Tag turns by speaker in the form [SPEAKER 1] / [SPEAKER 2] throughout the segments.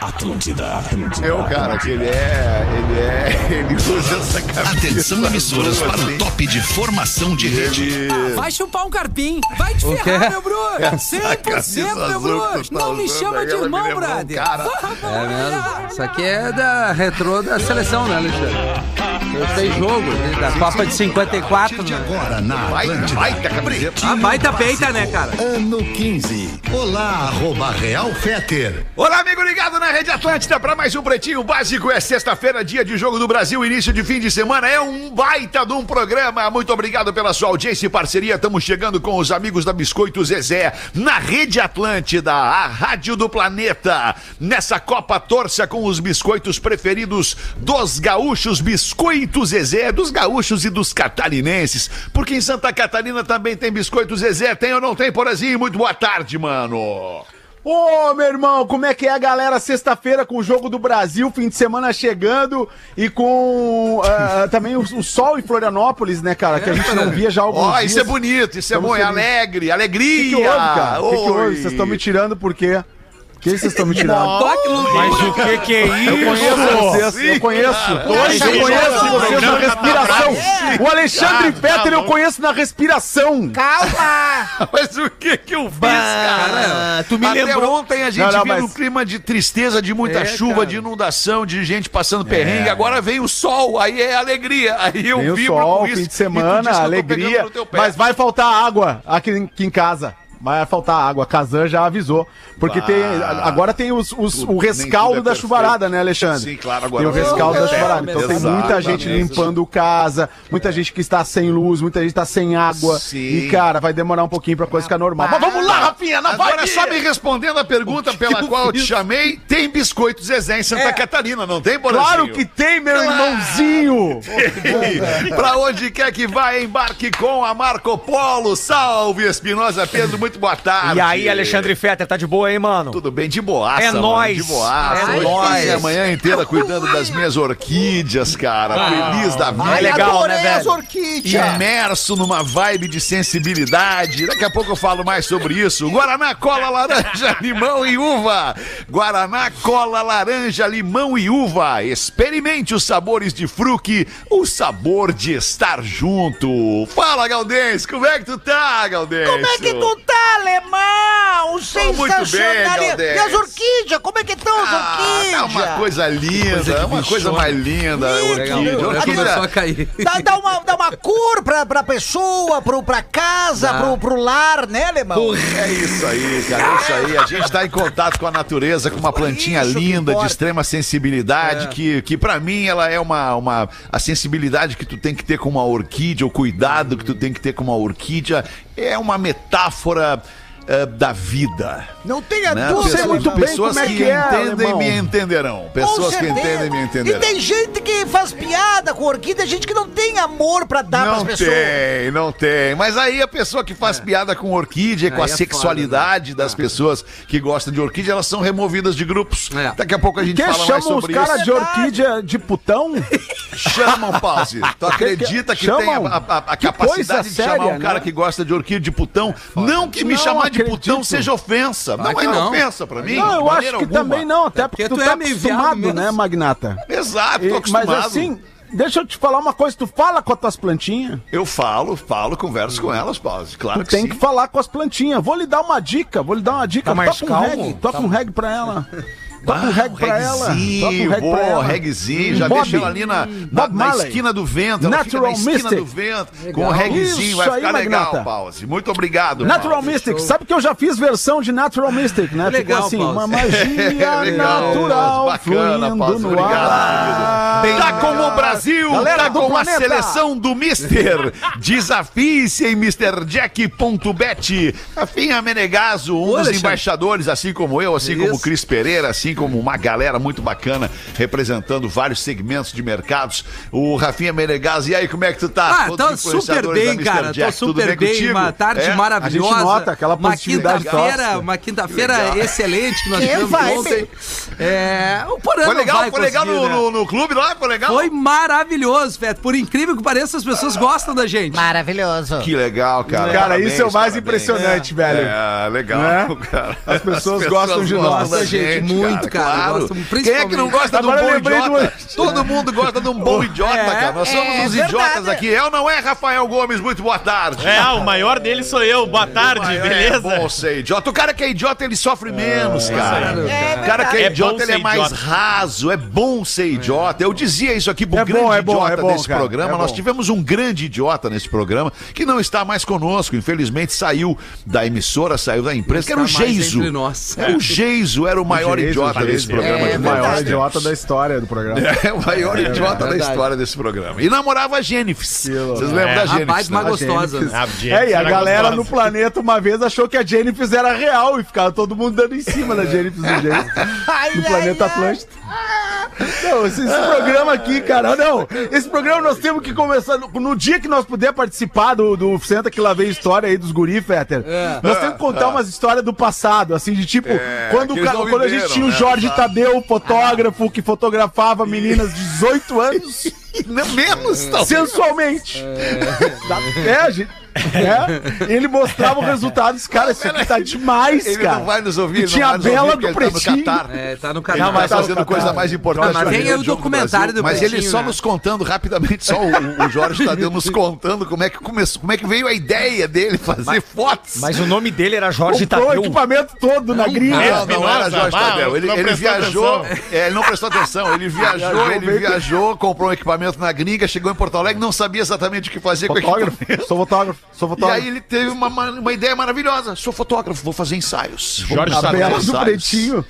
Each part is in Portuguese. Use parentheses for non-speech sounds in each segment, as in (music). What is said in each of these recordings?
[SPEAKER 1] Atlântida, Atlântida.
[SPEAKER 2] É o cara que ele é. Ele é. (laughs) Ele usa essa camisa. Assim,
[SPEAKER 3] Atenção, emissoras, para o top de formação de rede.
[SPEAKER 2] Ele...
[SPEAKER 4] Vai chupar um carpim. Vai te ferrar, meu
[SPEAKER 5] (laughs)
[SPEAKER 4] Bru. 100%, meu Bru.
[SPEAKER 5] tá
[SPEAKER 4] Não me chama de irmão,
[SPEAKER 5] um
[SPEAKER 4] brother.
[SPEAKER 6] É mesmo. Isso aqui é da retrô da seleção, né, Alexandre? Eu sei jogo, né, da Copa de 54,
[SPEAKER 3] De
[SPEAKER 6] né?
[SPEAKER 3] agora na
[SPEAKER 2] Vai,
[SPEAKER 3] Atlântida.
[SPEAKER 2] vai, tá camiseta.
[SPEAKER 4] Ah, baita peita, né, cara?
[SPEAKER 3] Ano 15. Olá, arroba Real Feter.
[SPEAKER 2] Olá, amigo ligado na Rede Atlântida para mais um Pretinho Básico. É sexta-feira, dia de Jogo do Brasil, início de fim de semana. É um baita de um programa. Muito obrigado pela sua audiência e parceria. Estamos chegando com os amigos da Biscoito Zezé na Rede Atlântida, a rádio do planeta. Nessa Copa Torça com os biscoitos preferidos dos gaúchos, Biscoito Zezé, dos gaúchos e dos catarinenses. Porque em Santa Catarina também tem Biscoito Zezé. Tem ou não tem, Porazinho? Muito boa tarde, mano.
[SPEAKER 7] Ô, meu irmão, como é que é a galera? Sexta-feira com o Jogo do Brasil, fim de semana chegando e com ah, também o, o sol em Florianópolis, né, cara? Que a gente não via já há alguns
[SPEAKER 2] Ó,
[SPEAKER 7] dias.
[SPEAKER 2] isso é bonito, isso é
[SPEAKER 7] Estamos
[SPEAKER 2] bom, é
[SPEAKER 7] felizes.
[SPEAKER 2] alegre,
[SPEAKER 7] O
[SPEAKER 2] alegria.
[SPEAKER 7] que, que houve, cara? O que, que
[SPEAKER 2] Oi.
[SPEAKER 7] houve? Vocês estão me tirando por quê? O que vocês estão me tirando?
[SPEAKER 4] Toque no
[SPEAKER 5] Mas o que que é isso?
[SPEAKER 7] Eu conheço vocês, eu conheço.
[SPEAKER 2] Dois
[SPEAKER 7] eu conheço
[SPEAKER 2] jogos,
[SPEAKER 7] vocês na
[SPEAKER 2] programa
[SPEAKER 7] respiração.
[SPEAKER 2] tá
[SPEAKER 7] O Alexandre Petter eu conheço na respiração.
[SPEAKER 2] Mas o que que eu fiz, cara?
[SPEAKER 5] tu me
[SPEAKER 2] Até
[SPEAKER 5] lembrou-
[SPEAKER 2] ontem a gente
[SPEAKER 7] Não, não,
[SPEAKER 2] vive
[SPEAKER 7] mas-
[SPEAKER 2] um clima de tristeza, de muita
[SPEAKER 6] É,
[SPEAKER 2] chuva,
[SPEAKER 6] cara.
[SPEAKER 2] de inundação, de gente passando perrengue. Agora vem o sol, aí é alegria. Aí eu
[SPEAKER 7] Tem o
[SPEAKER 2] vibro
[SPEAKER 7] sol,
[SPEAKER 2] com isso.
[SPEAKER 7] fim
[SPEAKER 2] e
[SPEAKER 7] de
[SPEAKER 2] tu diz que
[SPEAKER 7] semana,
[SPEAKER 2] eu tô pegando
[SPEAKER 7] alegria.
[SPEAKER 2] no teu pé.
[SPEAKER 7] Mas vai faltar água aqui, em- aqui em casa. Vai faltar água. Kazan já avisou. Porque tem, a- agora tem os- os-
[SPEAKER 2] Tudo, nem
[SPEAKER 7] o rescaldo
[SPEAKER 2] tudo é
[SPEAKER 7] da chuvarada,
[SPEAKER 2] perfeito.
[SPEAKER 7] né, Alexandre?
[SPEAKER 2] Sim, claro, agora é
[SPEAKER 7] Tem o
[SPEAKER 2] vai
[SPEAKER 7] rescaldo da
[SPEAKER 2] voltar.
[SPEAKER 7] chuvarada. Então tem muita
[SPEAKER 2] Exatamente.
[SPEAKER 7] gente limpando casa, muita gente que está sem luz, muita gente está sem água.
[SPEAKER 2] Sim.
[SPEAKER 7] E, cara, vai demorar um pouquinho pra coisa ficar normal. Mas vamos lá, Rafinha, na
[SPEAKER 2] Agora
[SPEAKER 7] vibe!
[SPEAKER 2] só me respondendo a pergunta pela qual eu É. te chamei, tem biscoito Zezé em Santa Catarina, não tem, Borazinho?
[SPEAKER 7] Claro que tem, meu irmãozinho!
[SPEAKER 2] (laughs) Pra onde quer que vá, embarque com a Marco Polo. Salve, Espinosa Pedro, muito boa tarde.
[SPEAKER 5] E aí, Alexandre Fetter, tá de boa, hein, mano?
[SPEAKER 2] Tudo bem, de boaça.
[SPEAKER 5] É
[SPEAKER 2] mano,
[SPEAKER 5] nóis.
[SPEAKER 2] De boaça.
[SPEAKER 5] É
[SPEAKER 2] Hoje
[SPEAKER 5] nóis.
[SPEAKER 2] passei a manhã inteira cuidando das minhas orquídeas, cara. Feliz da vida.
[SPEAKER 5] É legal, né, velho?
[SPEAKER 7] é
[SPEAKER 2] Imerso numa vibe de sensibilidade. Daqui a pouco eu falo mais sobre isso. Guaraná, cola, laranja, (laughs) limão e uva. Guaraná, cola, laranja, limão e uva. Experimente os sabores de fruque, o sabor de estar junto. Fala, Galdês, como é que tu tá, Galdês?
[SPEAKER 8] Como é que tu tá, alemão? Sensacionalista.
[SPEAKER 2] Galdês.
[SPEAKER 8] E as um orquídeas? Como é que estão as
[SPEAKER 2] Ah,
[SPEAKER 8] orquídeas?
[SPEAKER 2] tá uma coisa linda, é uma coisa mais linda.
[SPEAKER 6] Legal,
[SPEAKER 2] orquídea.
[SPEAKER 6] agora
[SPEAKER 2] Orquídea.
[SPEAKER 6] começou a cair.
[SPEAKER 7] Tá
[SPEAKER 8] Dá, dá uma, dá uma cor pra, pra pessoa, pro, pra casa,
[SPEAKER 6] Dá.
[SPEAKER 8] pro, pro lar, né, alemão?
[SPEAKER 2] É isso aí, cara. É isso aí. A gente tá em contato com a natureza, com uma plantinha
[SPEAKER 8] Isso que
[SPEAKER 2] linda, de
[SPEAKER 8] importa.
[SPEAKER 2] extrema sensibilidade,
[SPEAKER 6] É.
[SPEAKER 2] que, que para mim ela é uma, uma. A sensibilidade que tu tem que ter com uma orquídea, o cuidado que tu tem que ter com uma orquídea, é uma metáfora. eh, da vida.
[SPEAKER 8] Não tenha
[SPEAKER 2] né?
[SPEAKER 8] dúvida.
[SPEAKER 7] sei muito
[SPEAKER 8] alemão.
[SPEAKER 7] bem
[SPEAKER 2] pessoas
[SPEAKER 7] como é
[SPEAKER 2] que
[SPEAKER 7] que é,
[SPEAKER 2] entendem
[SPEAKER 7] alemão.
[SPEAKER 2] me entenderão. Pessoas
[SPEAKER 8] Com
[SPEAKER 2] que
[SPEAKER 8] certeza.
[SPEAKER 2] entendem me
[SPEAKER 8] E
[SPEAKER 2] entenderão.
[SPEAKER 8] tem gente que faz piada com orquídea, gente que não tem amor pra dar
[SPEAKER 2] Não
[SPEAKER 8] pras pessoas.
[SPEAKER 2] tem, não tem. Mas aí a pessoa que
[SPEAKER 7] É.
[SPEAKER 2] faz piada com orquídea, com a
[SPEAKER 6] Aí é
[SPEAKER 2] sexualidade
[SPEAKER 7] né?
[SPEAKER 2] das pessoas que gostam de orquídea, elas são removidas de grupos.
[SPEAKER 6] É.
[SPEAKER 2] Daqui a pouco a gente
[SPEAKER 7] Que
[SPEAKER 2] fala mais
[SPEAKER 7] chamam os
[SPEAKER 2] sobre
[SPEAKER 7] caras
[SPEAKER 2] isso.
[SPEAKER 7] de orquídea de putão?
[SPEAKER 2] Chamam,
[SPEAKER 7] (laughs)
[SPEAKER 2] Pause. Tu acredita que tem a,
[SPEAKER 7] Chamam?
[SPEAKER 2] a- a
[SPEAKER 7] Que coisa
[SPEAKER 2] capacidade de chamar
[SPEAKER 7] séria,
[SPEAKER 2] um cara
[SPEAKER 7] né? É
[SPEAKER 2] que gosta de orquídea de putão? não que me
[SPEAKER 7] Não
[SPEAKER 2] chamar de
[SPEAKER 7] acredito.
[SPEAKER 2] putão seja ofensa. Não
[SPEAKER 6] que
[SPEAKER 2] é
[SPEAKER 6] não.
[SPEAKER 2] ofensa pra mim.
[SPEAKER 7] Não,
[SPEAKER 2] de
[SPEAKER 7] eu acho que
[SPEAKER 2] maneira alguma.
[SPEAKER 7] também não, até porque,
[SPEAKER 6] porque
[SPEAKER 7] tu
[SPEAKER 6] tu
[SPEAKER 7] tá
[SPEAKER 6] é meio viado
[SPEAKER 7] acostumado, né,
[SPEAKER 6] mesmo.
[SPEAKER 7] Magnata?
[SPEAKER 2] Exato, tô
[SPEAKER 7] E-
[SPEAKER 2] acostumado.
[SPEAKER 7] mas assim, deixa eu te falar uma coisa, tu fala com as tuas plantinhas,
[SPEAKER 2] Eu falo, falo, converso com elas, Pause. Claro
[SPEAKER 7] tu
[SPEAKER 2] que
[SPEAKER 7] tem
[SPEAKER 2] Ah, sim.
[SPEAKER 7] que falar com as plantinhas. Vou lhe dar uma dica, vou lhe dar uma dica.
[SPEAKER 5] Tá mais
[SPEAKER 7] toca um
[SPEAKER 5] calmo?
[SPEAKER 7] reggae, toca um reggae pra
[SPEAKER 2] (laughs)
[SPEAKER 7] ela. Toca um
[SPEAKER 2] Ah,
[SPEAKER 7] reggae pra ela. Toca um
[SPEAKER 2] reggaezinho,
[SPEAKER 7] reggae pra
[SPEAKER 2] boa,
[SPEAKER 7] ela. Hum,
[SPEAKER 2] reggaezinho, já
[SPEAKER 7] Bob.
[SPEAKER 2] deixa ela ali na, na,
[SPEAKER 7] Bob
[SPEAKER 2] na
[SPEAKER 7] Marley.
[SPEAKER 2] esquina do vento, ela fica na
[SPEAKER 7] Natural
[SPEAKER 2] esquina
[SPEAKER 7] Mystic.
[SPEAKER 2] do vento, com o reggaezinho,
[SPEAKER 7] Isso
[SPEAKER 2] vai ficar
[SPEAKER 7] aí,
[SPEAKER 2] legal,
[SPEAKER 7] Magnata.
[SPEAKER 2] Pause. Muito obrigado,
[SPEAKER 7] Natural
[SPEAKER 2] Pause.
[SPEAKER 7] Mystic, sabe que eu já fiz versão
[SPEAKER 2] (laughs)
[SPEAKER 7] de Natural Mystic,
[SPEAKER 2] É
[SPEAKER 7] né?
[SPEAKER 6] Legal,
[SPEAKER 7] Ficou assim,
[SPEAKER 6] Paulo.
[SPEAKER 7] uma magia
[SPEAKER 2] Legal,
[SPEAKER 7] natural
[SPEAKER 2] bacana,
[SPEAKER 7] fluindo
[SPEAKER 2] Paulo,
[SPEAKER 7] no
[SPEAKER 2] obrigado,
[SPEAKER 7] ar.
[SPEAKER 2] Tá como o Brasil,
[SPEAKER 7] Galera
[SPEAKER 2] tá
[SPEAKER 7] do
[SPEAKER 2] com a
[SPEAKER 7] planeta.
[SPEAKER 2] seleção do Mister. Desafie-se em MrJack.bet. Rafinha Menegaso, um
[SPEAKER 6] Ô,
[SPEAKER 2] dos
[SPEAKER 6] Alexandre.
[SPEAKER 2] embaixadores, assim como eu, assim como o
[SPEAKER 6] Isso.
[SPEAKER 2] Cris Pereira, assim como uma galera muito bacana, representando vários segmentos de mercados. O Rafinha Menegaso, e aí, como é que tu tá?
[SPEAKER 6] Ah,
[SPEAKER 2] Todos
[SPEAKER 6] tá
[SPEAKER 2] os
[SPEAKER 6] super
[SPEAKER 2] influenciadores da
[SPEAKER 6] bem,
[SPEAKER 2] Mr.
[SPEAKER 6] cara. Tô
[SPEAKER 2] Jack, tudo
[SPEAKER 6] super bem,
[SPEAKER 2] contigo?
[SPEAKER 6] uma tarde
[SPEAKER 2] É?
[SPEAKER 6] maravilhosa.
[SPEAKER 7] A gente nota aquela
[SPEAKER 6] uma
[SPEAKER 7] positividade
[SPEAKER 6] quinta-feira,
[SPEAKER 7] tóxica.
[SPEAKER 6] uma quinta-feira
[SPEAKER 2] Legal.
[SPEAKER 6] excelente que nós
[SPEAKER 8] Que
[SPEAKER 6] tivemos
[SPEAKER 8] vibe.
[SPEAKER 6] ontem. É, o Porã
[SPEAKER 2] Foi
[SPEAKER 6] não
[SPEAKER 2] legal,
[SPEAKER 6] vai
[SPEAKER 2] foi legal
[SPEAKER 6] conseguir,
[SPEAKER 2] no,
[SPEAKER 6] né?
[SPEAKER 2] no- no clube lá? Foi legal?
[SPEAKER 6] Foi maravilhoso, Feto. Por incrível que pareça, as pessoas gostam da gente.
[SPEAKER 8] Maravilhoso.
[SPEAKER 2] Que legal, cara.
[SPEAKER 7] Cara, isso é o
[SPEAKER 2] Parabéns,
[SPEAKER 7] mais
[SPEAKER 2] parabéns.
[SPEAKER 7] impressionante, velho.
[SPEAKER 2] É, legal,
[SPEAKER 7] Né?
[SPEAKER 2] cara.
[SPEAKER 7] As pessoas gostam de nós.
[SPEAKER 2] da
[SPEAKER 6] Nossa, gente, muito muito, cara.
[SPEAKER 2] claro.
[SPEAKER 6] Gosto
[SPEAKER 2] Quem é que não
[SPEAKER 6] principalmente.
[SPEAKER 2] gosta de um
[SPEAKER 7] Agora eu
[SPEAKER 2] bom
[SPEAKER 7] lembrei É, de
[SPEAKER 2] idiota?
[SPEAKER 7] uma-
[SPEAKER 2] Todo mundo gosta de um
[SPEAKER 7] (laughs)
[SPEAKER 2] bom idiota, cara. Nós somos
[SPEAKER 8] é
[SPEAKER 2] uns
[SPEAKER 8] verdade.
[SPEAKER 2] idiotas aqui. É ou não é, Rafael Gomes? Muito boa tarde.
[SPEAKER 1] É, o maior dele sou eu. Boa tarde,
[SPEAKER 2] Rafael É
[SPEAKER 1] (laughs) beleza?
[SPEAKER 2] bom ser idiota. O cara que é idiota, ele sofre menos, cara.
[SPEAKER 6] claro,
[SPEAKER 8] É
[SPEAKER 2] O cara que é,
[SPEAKER 1] É bom
[SPEAKER 2] idiota, ele é
[SPEAKER 1] ser
[SPEAKER 2] mais
[SPEAKER 1] idiota.
[SPEAKER 2] raso. É bom ser idiota. Eu dizia isso aqui pro
[SPEAKER 7] É bom,
[SPEAKER 2] grande
[SPEAKER 7] é bom,
[SPEAKER 2] idiota
[SPEAKER 7] é bom,
[SPEAKER 2] desse
[SPEAKER 7] cara.
[SPEAKER 2] programa.
[SPEAKER 7] É
[SPEAKER 2] Nós
[SPEAKER 7] bom.
[SPEAKER 2] tivemos um grande idiota nesse programa que não está mais conosco. Infelizmente saiu da emissora, saiu da empresa. Que era o
[SPEAKER 6] está mais
[SPEAKER 2] Geiso.
[SPEAKER 6] entre nós. (laughs)
[SPEAKER 2] É, O Geiso era o maior idiota desse programa. de
[SPEAKER 6] É
[SPEAKER 7] o
[SPEAKER 2] todos
[SPEAKER 7] maior
[SPEAKER 2] os tempos.
[SPEAKER 7] idiota da história do programa.
[SPEAKER 2] (laughs) É o maior idiota da
[SPEAKER 6] verdade.
[SPEAKER 2] história desse programa. E namorava a Jennifer. Vocês lembram
[SPEAKER 1] É,
[SPEAKER 2] da
[SPEAKER 1] a
[SPEAKER 6] A
[SPEAKER 2] Jennifer?
[SPEAKER 6] vibe mais
[SPEAKER 2] né?
[SPEAKER 6] gostosa. né?
[SPEAKER 1] Ah, gente,
[SPEAKER 7] É, e a
[SPEAKER 1] era
[SPEAKER 7] galera
[SPEAKER 1] gostosa.
[SPEAKER 7] no planeta uma vez achou que a Jennifer era real e ficava todo mundo dando em cima da Jennifer do jeito.
[SPEAKER 8] (laughs) Ai,
[SPEAKER 7] Do planeta
[SPEAKER 8] ai, ai.
[SPEAKER 7] Atlântico. Não, esse, esse programa aqui, cara, não. Esse programa nós temos que começar. No, no dia que nós puder participar do, do Senta que lá vem história aí dos guri, Fetter,
[SPEAKER 2] É.
[SPEAKER 7] nós temos que contar umas histórias do passado, assim, de tipo, quando,
[SPEAKER 2] que
[SPEAKER 7] o
[SPEAKER 2] eles
[SPEAKER 7] ca-
[SPEAKER 2] não
[SPEAKER 7] quando a gente
[SPEAKER 2] viveram,
[SPEAKER 7] tinha o
[SPEAKER 2] né?
[SPEAKER 7] Jorge Tadeu, fotógrafo, que fotografava meninas de
[SPEAKER 2] (laughs)
[SPEAKER 7] 18 anos
[SPEAKER 2] Não, menos, talvez.
[SPEAKER 7] sensualmente. É, é a gente. É, ele mostrava o resultado dos caras. Isso aqui tá demais,
[SPEAKER 2] é Ele
[SPEAKER 7] cara.
[SPEAKER 2] não vai nos ouvir,
[SPEAKER 7] E
[SPEAKER 2] ele
[SPEAKER 7] tinha
[SPEAKER 2] não
[SPEAKER 7] a
[SPEAKER 2] vai nos
[SPEAKER 7] Bela
[SPEAKER 2] ouvir,
[SPEAKER 7] do
[SPEAKER 2] porque ele tá no
[SPEAKER 7] Pretinho.
[SPEAKER 2] Catar.
[SPEAKER 6] É, tá no
[SPEAKER 2] Ele
[SPEAKER 6] canal.
[SPEAKER 2] não vai
[SPEAKER 6] tá no
[SPEAKER 2] fazendo
[SPEAKER 6] Catar.
[SPEAKER 2] coisa mais importante.
[SPEAKER 6] Mas
[SPEAKER 2] pra
[SPEAKER 6] tem
[SPEAKER 2] ver
[SPEAKER 6] aí o
[SPEAKER 2] jogo
[SPEAKER 6] documentário
[SPEAKER 2] Brasil.
[SPEAKER 6] do
[SPEAKER 2] Mas ele
[SPEAKER 6] Pretinho,
[SPEAKER 2] só
[SPEAKER 6] né?
[SPEAKER 2] nos contando rapidamente, só o, o Jorge Tadeu
[SPEAKER 6] (laughs)
[SPEAKER 2] nos contando como é que começou, como é que veio a ideia dele fazer fotos.
[SPEAKER 5] Mas o nome dele era Jorge tá um
[SPEAKER 7] Comprou o
[SPEAKER 5] Tadeu.
[SPEAKER 7] equipamento todo na gringa.
[SPEAKER 2] Não, não era
[SPEAKER 6] é
[SPEAKER 1] Espinosa,
[SPEAKER 2] Jorge
[SPEAKER 1] bah,
[SPEAKER 2] Tadeu. Ele,
[SPEAKER 1] não
[SPEAKER 2] ele
[SPEAKER 1] prestou
[SPEAKER 2] viajou,
[SPEAKER 1] atenção.
[SPEAKER 2] é, ele não prestou atenção.
[SPEAKER 6] (laughs)
[SPEAKER 2] Ele viajou, ele viajou, comprou um equipamento na gringa, chegou em Porto Alegre, não sabia exatamente o que fazer com o
[SPEAKER 7] Fotógrafo.
[SPEAKER 2] equipamento.
[SPEAKER 7] Sou fotógrafo. Sou
[SPEAKER 2] E aí
[SPEAKER 7] fotógrafo.
[SPEAKER 2] ele teve uma, ma- uma ideia maravilhosa. Sou fotógrafo, vou fazer ensaios. Vou
[SPEAKER 1] Jorge
[SPEAKER 2] fazer
[SPEAKER 7] a Bela do
[SPEAKER 2] ensaios.
[SPEAKER 7] Pretinho.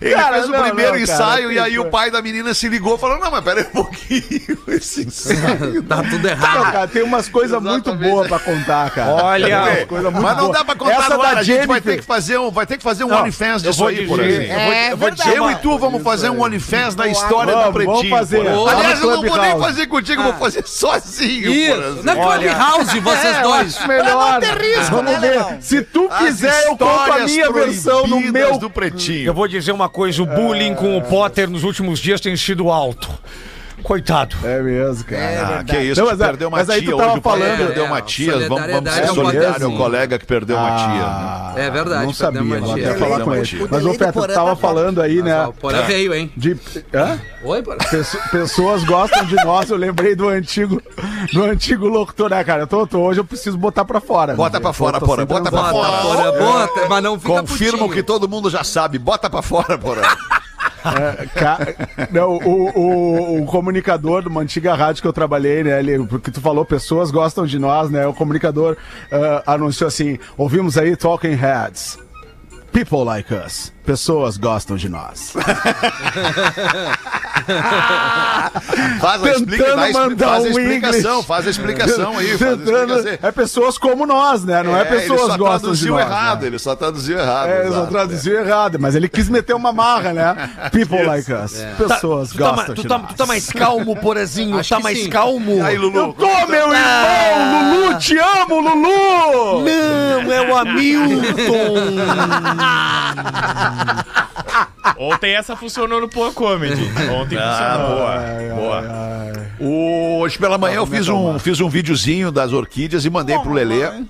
[SPEAKER 2] Ele
[SPEAKER 7] Cara,
[SPEAKER 2] fez o
[SPEAKER 7] não,
[SPEAKER 2] primeiro
[SPEAKER 7] não, cara,
[SPEAKER 2] ensaio e aí
[SPEAKER 7] isso.
[SPEAKER 2] o pai da menina se ligou e falou: Não, mas pera aí um pouquinho. (laughs) Esse ensaio.
[SPEAKER 6] Tá tudo
[SPEAKER 7] Não,
[SPEAKER 6] errado.
[SPEAKER 7] cara, tem umas coisas muito
[SPEAKER 2] Ah, Exatamente.
[SPEAKER 7] boas pra contar, cara.
[SPEAKER 5] Olha.
[SPEAKER 7] Tem umas coisas muito
[SPEAKER 2] é Mas não
[SPEAKER 7] boas.
[SPEAKER 2] dá pra contar
[SPEAKER 7] Essa
[SPEAKER 2] no
[SPEAKER 7] da
[SPEAKER 2] ar, a gente vai ter
[SPEAKER 7] Jennifer.
[SPEAKER 2] que fazer um, vai ter que fazer um
[SPEAKER 7] Não,
[SPEAKER 2] OnlyFans
[SPEAKER 1] eu
[SPEAKER 2] disso
[SPEAKER 1] vou
[SPEAKER 2] aí, por
[SPEAKER 1] dizer,
[SPEAKER 2] exemplo.
[SPEAKER 8] É verdade.
[SPEAKER 2] Eu e tu vamos fazer um OnlyFans da história
[SPEAKER 7] Vamos,
[SPEAKER 2] do Pretinho.
[SPEAKER 7] vamos fazer.
[SPEAKER 2] porra.
[SPEAKER 7] Lá no Ah.
[SPEAKER 2] Aliás, eu não vou nem
[SPEAKER 7] Clubhouse.
[SPEAKER 2] fazer contigo, eu vou fazer sozinho.
[SPEAKER 6] Isso.
[SPEAKER 2] porra.
[SPEAKER 6] Na Clubhouse, vocês dois.
[SPEAKER 7] Acho melhor.
[SPEAKER 8] ter risco, né,
[SPEAKER 7] Vamos
[SPEAKER 8] Leão?
[SPEAKER 7] ver. Se tu
[SPEAKER 2] As
[SPEAKER 7] quiser, eu conto a
[SPEAKER 2] histórias
[SPEAKER 7] minha versão no
[SPEAKER 2] proibidas
[SPEAKER 7] meu
[SPEAKER 2] do Pretinho.
[SPEAKER 5] Eu vou dizer uma coisa, o bullying com o Potter nos últimos dias tem sido alto. Coitado.
[SPEAKER 7] É mesmo, cara.
[SPEAKER 2] Ah, que isso,
[SPEAKER 7] Não,
[SPEAKER 2] que
[SPEAKER 7] mas a-
[SPEAKER 2] perdeu uma
[SPEAKER 7] mas aí tu
[SPEAKER 2] tia.
[SPEAKER 7] tava
[SPEAKER 2] Hoje o pai
[SPEAKER 7] falando-
[SPEAKER 2] perdeu
[SPEAKER 6] É,
[SPEAKER 2] uma tia. Vamos, vamos ser
[SPEAKER 6] solidariedade
[SPEAKER 7] é um
[SPEAKER 2] solidários ao
[SPEAKER 6] poderzinho.
[SPEAKER 2] colega que perdeu uma tia. né?
[SPEAKER 6] É verdade,
[SPEAKER 7] Ah,
[SPEAKER 6] perdeu
[SPEAKER 7] Não sabia,
[SPEAKER 6] uma
[SPEAKER 7] mas
[SPEAKER 6] tia.
[SPEAKER 7] ia falar
[SPEAKER 2] Perdeu
[SPEAKER 7] com
[SPEAKER 2] uma
[SPEAKER 7] ele.
[SPEAKER 2] tia.
[SPEAKER 7] Mas
[SPEAKER 8] O
[SPEAKER 7] o
[SPEAKER 8] delay do
[SPEAKER 7] Petra
[SPEAKER 8] Porã
[SPEAKER 7] tava
[SPEAKER 8] tá
[SPEAKER 7] falando aí,
[SPEAKER 6] Mas, ó,
[SPEAKER 7] né?
[SPEAKER 6] o Porã veio, hein?
[SPEAKER 7] De, hã?
[SPEAKER 6] Oi, Porã.
[SPEAKER 7] Pesso- Pessoas gostam de nós, eu lembrei do antigo do antigo locutor, né, cara? Eu tô, tô- hoje eu preciso botar pra fora.
[SPEAKER 2] Bota
[SPEAKER 7] né?
[SPEAKER 2] pra
[SPEAKER 7] Eu
[SPEAKER 2] fora,
[SPEAKER 7] tô
[SPEAKER 2] Porã,
[SPEAKER 7] sem
[SPEAKER 2] bota pra
[SPEAKER 7] transar.
[SPEAKER 2] fora.
[SPEAKER 6] Bota, Porã, bota, mas não fica
[SPEAKER 2] Confirma o que
[SPEAKER 6] putinho.
[SPEAKER 2] todo mundo já sabe. Bota pra fora, porra.
[SPEAKER 7] Ca- Não, o, o- o comunicador de uma antiga rádio que eu trabalhei, né? Ele, porque tu falou, pessoas gostam de nós, né? O comunicador ah, anunciou assim: ouvimos aí Talking Heads. People like us. Pessoas gostam de nós.
[SPEAKER 2] Faz a, explica,
[SPEAKER 7] Tentando
[SPEAKER 2] dá, expli-
[SPEAKER 7] mandar
[SPEAKER 2] faz a
[SPEAKER 7] um
[SPEAKER 2] explicação,
[SPEAKER 7] English.
[SPEAKER 2] faz a explicação aí. Faz a
[SPEAKER 7] Tentando-
[SPEAKER 2] explicação.
[SPEAKER 7] é pessoas como nós, né? Não é,
[SPEAKER 2] ele
[SPEAKER 7] pessoas
[SPEAKER 2] só
[SPEAKER 7] gostam de
[SPEAKER 2] traduziu
[SPEAKER 7] nós.
[SPEAKER 2] errado,
[SPEAKER 7] né?
[SPEAKER 2] ele só traduziu errado.
[SPEAKER 7] É,
[SPEAKER 2] exato,
[SPEAKER 7] só traduziu errado, mas ele quis meter uma marra,
[SPEAKER 2] (laughs)
[SPEAKER 7] né? People like us.
[SPEAKER 2] é.
[SPEAKER 7] Pessoas
[SPEAKER 5] Tu tá ma-
[SPEAKER 7] gostam
[SPEAKER 5] tu
[SPEAKER 7] de
[SPEAKER 5] tá-
[SPEAKER 7] nós.
[SPEAKER 5] tu tá mais calmo, Porazinho?
[SPEAKER 6] Acho
[SPEAKER 5] tá
[SPEAKER 6] que
[SPEAKER 5] mais
[SPEAKER 6] sim.
[SPEAKER 5] calmo?
[SPEAKER 2] Aí, Lulu. é
[SPEAKER 7] Eu tô, meu
[SPEAKER 2] Ah.
[SPEAKER 7] irmão! Lulu, te amo, Lulu!
[SPEAKER 5] Não, é o Hamilton.
[SPEAKER 1] Ontem essa funcionou no Poa Comedy. Ontem
[SPEAKER 2] Ah,
[SPEAKER 1] funcionou.
[SPEAKER 2] boa, boa. O- Hoje pela manhã eu fiz um, fiz um videozinho das orquídeas e mandei pro Lelê. É.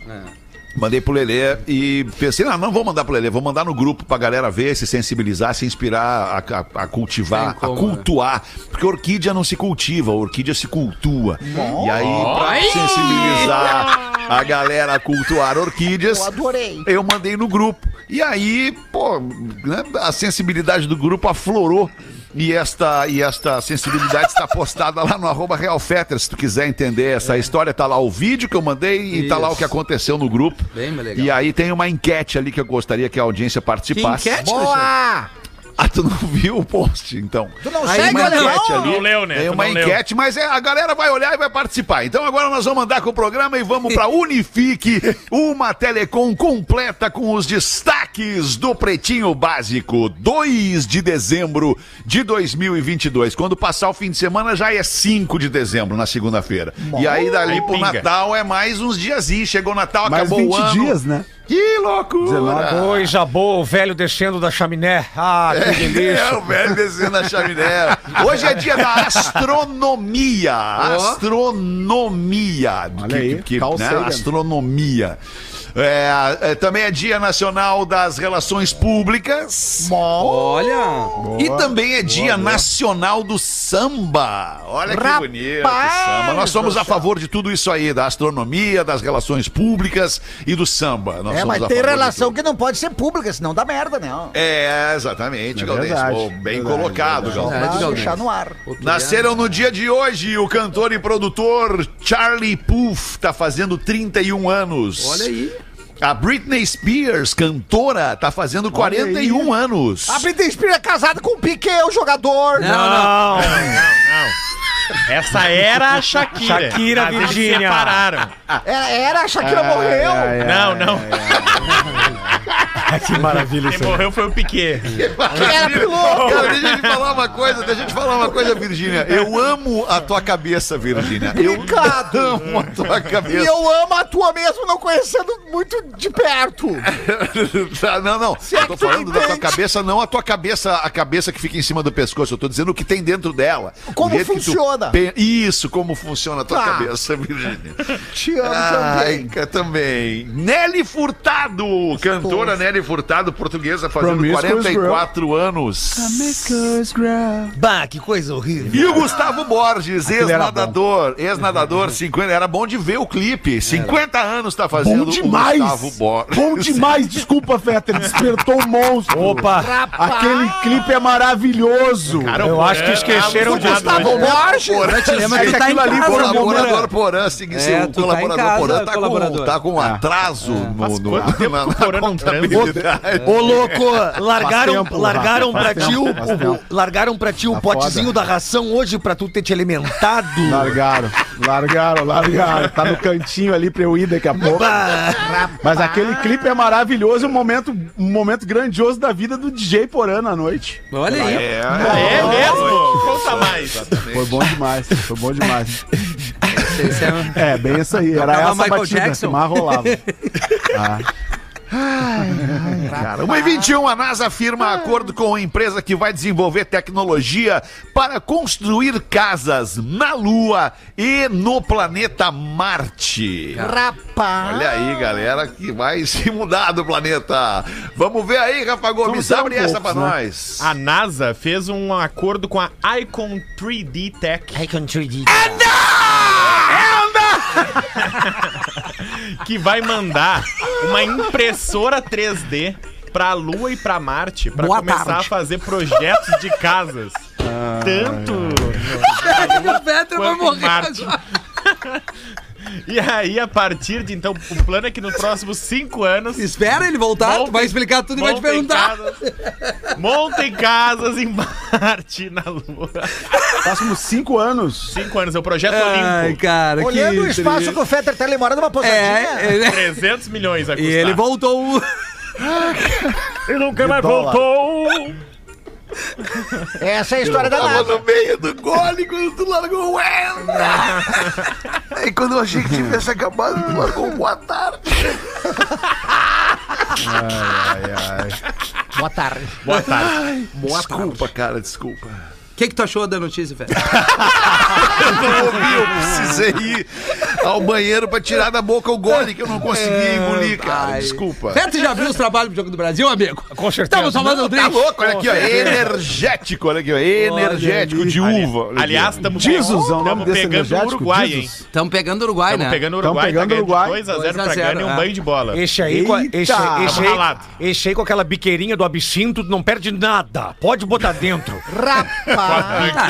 [SPEAKER 2] Mandei pro Lelê e pensei, não, não vou mandar pro Lelê, vou mandar no grupo pra galera ver, se sensibilizar, se inspirar a, a- a cultivar,
[SPEAKER 6] Tem como,
[SPEAKER 2] a cultuar. Porque orquídea não se cultiva, orquídea se cultua. E aí, pra sensibilizar a galera a cultuar orquídeas,
[SPEAKER 8] Eu adorei.
[SPEAKER 2] eu mandei no grupo. E aí, pô, né, a sensibilidade do grupo aflorou. E esta, e esta sensibilidade está postada lá no arroba Real Fetter, se tu quiser entender
[SPEAKER 8] É.
[SPEAKER 2] essa história, tá lá o vídeo que eu mandei e tá lá o que aconteceu no grupo.
[SPEAKER 6] Bem legal.
[SPEAKER 2] E aí tem uma enquete ali que eu gostaria que a audiência
[SPEAKER 6] Que
[SPEAKER 2] participasse.
[SPEAKER 6] enquete, Alexandre?
[SPEAKER 8] Boa!
[SPEAKER 2] Ah, tu não viu o post, então.
[SPEAKER 8] Tu não
[SPEAKER 6] Aí,
[SPEAKER 8] segue
[SPEAKER 6] uma
[SPEAKER 8] o
[SPEAKER 6] enquete
[SPEAKER 8] alemão?
[SPEAKER 1] ali. Não leu, né?
[SPEAKER 2] Tem
[SPEAKER 1] Tu
[SPEAKER 2] uma
[SPEAKER 1] não leu.
[SPEAKER 2] enquete, mas é, a galera vai olhar e vai participar. Então agora nós vamos andar com o programa e vamos para Unifique, uma telecom completa com os destaques do Pretinho Básico, 2 de dezembro de 2022. Quando passar o fim de semana já é 5 de dezembro, na segunda-feira. E aí dali
[SPEAKER 1] Aí
[SPEAKER 2] pro
[SPEAKER 1] pinga.
[SPEAKER 2] Natal é mais uns diazinhos. Chegou o Natal,
[SPEAKER 7] Mais
[SPEAKER 2] acabou
[SPEAKER 7] 20
[SPEAKER 2] o ano.
[SPEAKER 7] dias, né?
[SPEAKER 2] Que loucura!
[SPEAKER 7] 19.
[SPEAKER 5] Coisa boa, o velho descendo da chaminé. Ah, que delícia.
[SPEAKER 2] É, o velho desenhando a chaminé. Hoje é dia da astronomia. Astronomia. né?
[SPEAKER 7] Olha aí, Carl Sagan.
[SPEAKER 2] astronomia. É, é, também é Dia Nacional das Relações Públicas.
[SPEAKER 6] Olha.
[SPEAKER 2] E também é Dia Nacional do Samba. Olha que bonito o samba. Nós somos a favor de tudo isso aí, da astronomia, das relações públicas e do samba. Nós
[SPEAKER 8] É,
[SPEAKER 2] somos
[SPEAKER 8] mas
[SPEAKER 2] a
[SPEAKER 8] tem
[SPEAKER 2] favor de
[SPEAKER 8] relação
[SPEAKER 2] tudo.
[SPEAKER 8] que não pode ser pública, senão dá merda, né? Ó,
[SPEAKER 2] É, exatamente,
[SPEAKER 7] É
[SPEAKER 2] Galdêncio.
[SPEAKER 7] verdade,
[SPEAKER 2] Pô, Bem
[SPEAKER 7] verdade,
[SPEAKER 2] colocado,
[SPEAKER 7] verdade.
[SPEAKER 2] Galdêncio.
[SPEAKER 6] É,
[SPEAKER 8] Pra
[SPEAKER 6] diga alguém.
[SPEAKER 8] deixar no ar.
[SPEAKER 6] O que
[SPEAKER 2] Nasceram no dia de hoje o cantor e produtor Charlie Puth, tá fazendo 31 anos.
[SPEAKER 6] é? Olha aí.
[SPEAKER 2] A Britney Spears, cantora, tá fazendo 41 anos.
[SPEAKER 8] A Britney Spears é casada com o Piquet, o jogador.
[SPEAKER 2] Né?
[SPEAKER 6] Não, não.
[SPEAKER 1] Essa era a Shakira.
[SPEAKER 5] Shakira,
[SPEAKER 1] Mas eles
[SPEAKER 5] Virgínia.
[SPEAKER 1] separaram.
[SPEAKER 8] Era, É, era, a Shakira
[SPEAKER 2] É,
[SPEAKER 8] morreu.
[SPEAKER 1] Não, não.
[SPEAKER 5] Que maravilha
[SPEAKER 1] Quem morreu foi o Piquet.
[SPEAKER 2] é.
[SPEAKER 8] Que era piloto.
[SPEAKER 2] Cara, deixa eu te falar uma coisa, deixa eu te falar uma coisa, Virgínia. Eu amo a tua cabeça, Virgínia. Eu
[SPEAKER 8] Obrigado.
[SPEAKER 2] amo a tua
[SPEAKER 8] E
[SPEAKER 2] cabeça.
[SPEAKER 8] eu amo a tua mesmo, não conhecendo muito de perto.
[SPEAKER 2] Tá, não, não.
[SPEAKER 8] é
[SPEAKER 2] Eu tô
[SPEAKER 8] que tu
[SPEAKER 2] falando da tua
[SPEAKER 8] entende.
[SPEAKER 2] cabeça, não a tua cabeça, a cabeça que fica em cima do pescoço. Eu tô dizendo o que tem dentro dela.
[SPEAKER 8] Como
[SPEAKER 2] O jeito que tu
[SPEAKER 8] funciona.
[SPEAKER 2] pen- Isso, como funciona a tua
[SPEAKER 8] Tá.
[SPEAKER 2] cabeça, Virgínia.
[SPEAKER 8] Te amo
[SPEAKER 2] Ai,
[SPEAKER 8] (laughs) também.
[SPEAKER 2] ca- também. Nelly Furtado, cantora Nelly Furtado, portuguesa, fazendo
[SPEAKER 7] Promiscuous
[SPEAKER 2] 44 anos.
[SPEAKER 5] Bah, que coisa horrível.
[SPEAKER 2] E o Gustavo Borges,
[SPEAKER 7] era Uhum.
[SPEAKER 2] ex-nadador, ex-nadador, 50, era bom de ver o clipe. 50 anos tá fazendo
[SPEAKER 7] Bom demais!
[SPEAKER 2] o Gustavo Borges.
[SPEAKER 7] Bom demais! Desculpa, Fetter, despertou um monstro.
[SPEAKER 5] Opa,
[SPEAKER 7] Aquele clipe é maravilhoso.
[SPEAKER 5] eu acho que
[SPEAKER 2] Ah,
[SPEAKER 5] esqueceram de.
[SPEAKER 8] Gustavo Borges.
[SPEAKER 2] Porã,
[SPEAKER 6] lembra que
[SPEAKER 2] sim,
[SPEAKER 6] tu tá em
[SPEAKER 2] aquilo ali,
[SPEAKER 6] casa,
[SPEAKER 2] colaborador
[SPEAKER 6] Porã.
[SPEAKER 2] Porã, sim, sim,
[SPEAKER 6] É,
[SPEAKER 2] o
[SPEAKER 6] tu tá em
[SPEAKER 2] colaborador
[SPEAKER 6] casa,
[SPEAKER 2] Porã tá com,
[SPEAKER 6] colaborador. É.
[SPEAKER 2] tá com atraso no, no,
[SPEAKER 1] quanto tempo
[SPEAKER 2] na,
[SPEAKER 1] que o Porã não transa?
[SPEAKER 2] contabilidade.
[SPEAKER 5] Ô, louco, largaram,
[SPEAKER 7] tempo,
[SPEAKER 5] largaram
[SPEAKER 7] Rafa,
[SPEAKER 5] pra
[SPEAKER 7] faz
[SPEAKER 5] ti
[SPEAKER 7] tempo,
[SPEAKER 5] o,
[SPEAKER 7] faz
[SPEAKER 5] o-
[SPEAKER 7] tempo.
[SPEAKER 5] largaram pra ti o
[SPEAKER 7] Tá
[SPEAKER 5] potezinho da ração hoje pra tu ter te alimentado.
[SPEAKER 7] Largaram, largaram, largaram. Tá no cantinho ali pra eu ir daqui a pouco.
[SPEAKER 8] Ah.
[SPEAKER 5] Bah.
[SPEAKER 7] Mas aquele clipe é maravilhoso, um momento, um momento grandioso da vida do DJ Porã na noite.
[SPEAKER 6] Olha aí.
[SPEAKER 2] É,
[SPEAKER 1] É mesmo? Conta mais.
[SPEAKER 7] Foi bom demais, foi bom demais.
[SPEAKER 6] Esse é um-
[SPEAKER 7] É, bem isso aí. Era
[SPEAKER 6] Tocava
[SPEAKER 7] essa
[SPEAKER 6] Michael
[SPEAKER 7] batida
[SPEAKER 6] Jackson?
[SPEAKER 7] que mais rolava.
[SPEAKER 2] Cara, 1 e 21, a NASA firma
[SPEAKER 1] Ah.
[SPEAKER 2] acordo com a empresa que vai desenvolver tecnologia para construir casas na Lua e no planeta Marte.
[SPEAKER 8] Rapaz.
[SPEAKER 2] Olha aí, galera, que vai (laughs) se mudar do planeta. Vamos ver aí, Rafa Gomes,
[SPEAKER 7] Vamos ser
[SPEAKER 2] abre
[SPEAKER 7] um
[SPEAKER 2] essa
[SPEAKER 7] pouco,
[SPEAKER 2] pra
[SPEAKER 7] né?
[SPEAKER 2] nós. Ah,
[SPEAKER 1] A NASA fez um acordo com a Icon 3D Tech,
[SPEAKER 8] Ah,
[SPEAKER 1] que vai mandar uma impressora 3D pra Lua e pra Marte pra
[SPEAKER 8] Boa
[SPEAKER 1] começar
[SPEAKER 8] tarde.
[SPEAKER 1] a fazer projetos de casas. Tanto
[SPEAKER 6] O Petra vai
[SPEAKER 1] quanto em
[SPEAKER 6] morrer
[SPEAKER 1] Marte.
[SPEAKER 6] agora.
[SPEAKER 1] (laughs) E aí, a partir de então, o plano é que nos próximos cinco anos.
[SPEAKER 6] Espera ele voltar,
[SPEAKER 1] Montem-
[SPEAKER 6] tu vai explicar tudo e vai te
[SPEAKER 1] montem
[SPEAKER 6] perguntar.
[SPEAKER 1] casas- montem casas em Marte, na Lua.
[SPEAKER 7] Próximos cinco anos.
[SPEAKER 1] Cinco anos, é o Projeto
[SPEAKER 6] Ai,
[SPEAKER 1] Olimpo.
[SPEAKER 6] cara,
[SPEAKER 8] Olhando o
[SPEAKER 6] que
[SPEAKER 8] espaço que
[SPEAKER 6] triste.
[SPEAKER 8] o Fetter tá lemorando uma posadinha.
[SPEAKER 6] É, ele-
[SPEAKER 1] 300 milhões a
[SPEAKER 6] e
[SPEAKER 1] custar.
[SPEAKER 6] ele (laughs) voltou.
[SPEAKER 5] E nunca mais
[SPEAKER 7] dólar.
[SPEAKER 5] voltou.
[SPEAKER 8] Essa é a história da
[SPEAKER 2] Tava
[SPEAKER 8] NASA.
[SPEAKER 2] no meio do gole quando tu largou o Enda. (laughs) Aí É, quando eu achei que tivesse acabado, tu largou um boa tarde.
[SPEAKER 8] Boa tarde.
[SPEAKER 1] Boa tarde.
[SPEAKER 2] desculpa, cara, desculpa.
[SPEAKER 6] O que, que tu achou da notícia, velho?
[SPEAKER 2] Eu ouvi, eu precisei ir ao banheiro pra tirar da boca o gole que eu não consegui engolir, cara.
[SPEAKER 6] Ai.
[SPEAKER 2] Desculpa.
[SPEAKER 6] Petra já viu os trabalhos do Jogo do Brasil, amigo?
[SPEAKER 5] Com certeza.
[SPEAKER 6] Estamos tomando um
[SPEAKER 2] Tá
[SPEAKER 6] drink.
[SPEAKER 2] louco, olha aqui, ó. Energético, olha aqui, ó. Energético de
[SPEAKER 1] Ali-
[SPEAKER 2] uva. olha aqui.
[SPEAKER 1] Aliás, estamos
[SPEAKER 7] é Jesus, o nome desse
[SPEAKER 1] é um pegando o
[SPEAKER 7] energético.
[SPEAKER 1] Uruguai, hein?
[SPEAKER 7] Jesus.
[SPEAKER 6] Estamos pegando o Uruguai,
[SPEAKER 1] Estamos
[SPEAKER 6] né?
[SPEAKER 1] pegando o
[SPEAKER 7] Tamo
[SPEAKER 1] Uruguai, tá
[SPEAKER 7] pegando o
[SPEAKER 1] ganhando
[SPEAKER 7] Uruguai.
[SPEAKER 1] 2x0 pra
[SPEAKER 6] 2 a 0,
[SPEAKER 1] ganhar e um
[SPEAKER 6] é.
[SPEAKER 1] banho de bola. Tá
[SPEAKER 5] Esse aí, com a- esse,
[SPEAKER 7] Eita,
[SPEAKER 5] esse,
[SPEAKER 1] tamo ralado.
[SPEAKER 5] aí, esse aí com aquela biqueirinha do absinto, não perde nada. Pode botar dentro.
[SPEAKER 6] Ah, não, mas
[SPEAKER 7] Mas
[SPEAKER 8] Rapaz.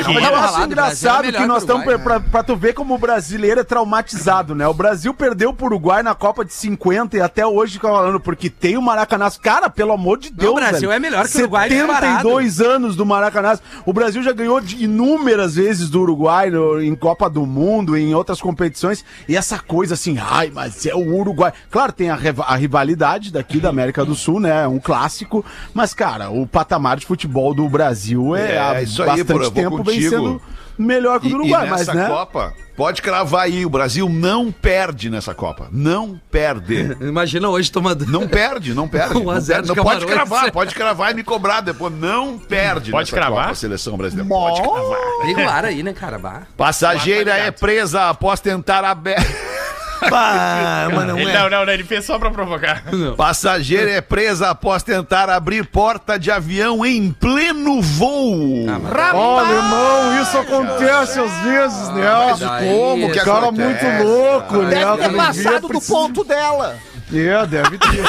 [SPEAKER 7] eu
[SPEAKER 6] tava
[SPEAKER 7] acho
[SPEAKER 6] ralado, o
[SPEAKER 7] engraçado
[SPEAKER 6] Brasil é
[SPEAKER 7] que
[SPEAKER 6] melhor
[SPEAKER 7] nós
[SPEAKER 6] que o
[SPEAKER 7] estamos
[SPEAKER 6] Uruguai,
[SPEAKER 7] pra, pra, pra tu ver como o brasileiro é traumatizado, né? O Brasil perdeu pro Uruguai na Copa de 50 e até hoje fica falando, porque tem o Maracanazo. Cara, pelo amor de Deus,
[SPEAKER 6] Brasil
[SPEAKER 7] velho.
[SPEAKER 6] é melhor que o Uruguai,
[SPEAKER 7] 72 anos do Maracanazo. O Brasil já ganhou de inúmeras vezes do Uruguai no- em Copa do Mundo, em outras competições. E essa coisa assim, ai, mas é o Uruguai. Claro, tem a, reva- a rivalidade daqui da América do Sul, né? É um clássico. Mas, cara, o patamar de futebol do Brasil é,
[SPEAKER 2] É,
[SPEAKER 7] há
[SPEAKER 2] isso aí,
[SPEAKER 7] bastante
[SPEAKER 2] Porã, vou
[SPEAKER 7] tempo vem
[SPEAKER 2] contigo.
[SPEAKER 7] sendo melhor que o
[SPEAKER 2] E,
[SPEAKER 7] do Uruguai,
[SPEAKER 2] e
[SPEAKER 7] mas
[SPEAKER 2] nessa
[SPEAKER 7] né?
[SPEAKER 2] Copa, pode cravar aí, o Brasil não perde nessa Copa. Não perde.
[SPEAKER 6] Imagina hoje tomando.
[SPEAKER 2] Não perde, não perde.
[SPEAKER 6] (laughs) Um a
[SPEAKER 2] não
[SPEAKER 6] zero
[SPEAKER 2] perde.
[SPEAKER 6] de
[SPEAKER 2] Não, pode
[SPEAKER 6] Camarões.
[SPEAKER 2] cravar, pode cravar e me cobrar depois. Não perde
[SPEAKER 1] Pode
[SPEAKER 2] nessa
[SPEAKER 1] cravar?
[SPEAKER 2] Copa, a seleção brasileira. Pode cravar.
[SPEAKER 6] Liga o ar aí, né, cara? Bah.
[SPEAKER 2] Passageira
[SPEAKER 1] Tá ligado.
[SPEAKER 2] é presa após tentar aberto.
[SPEAKER 5] Bah, mas não
[SPEAKER 1] Ele,
[SPEAKER 5] é.
[SPEAKER 1] não, não, não, ele fez só pra provocar.
[SPEAKER 2] (laughs) Passageira é presa após tentar abrir porta de avião em pleno voo.
[SPEAKER 1] Ah,
[SPEAKER 7] Ó, irmão, isso acontece às vezes, né?
[SPEAKER 6] daí
[SPEAKER 2] como que
[SPEAKER 6] isso
[SPEAKER 7] Cara
[SPEAKER 2] acontece,
[SPEAKER 7] muito louco, né?
[SPEAKER 8] Deve ter
[SPEAKER 7] Quando via,
[SPEAKER 8] É passado do
[SPEAKER 7] precisa-
[SPEAKER 8] ponto dela.
[SPEAKER 7] É, deve ter.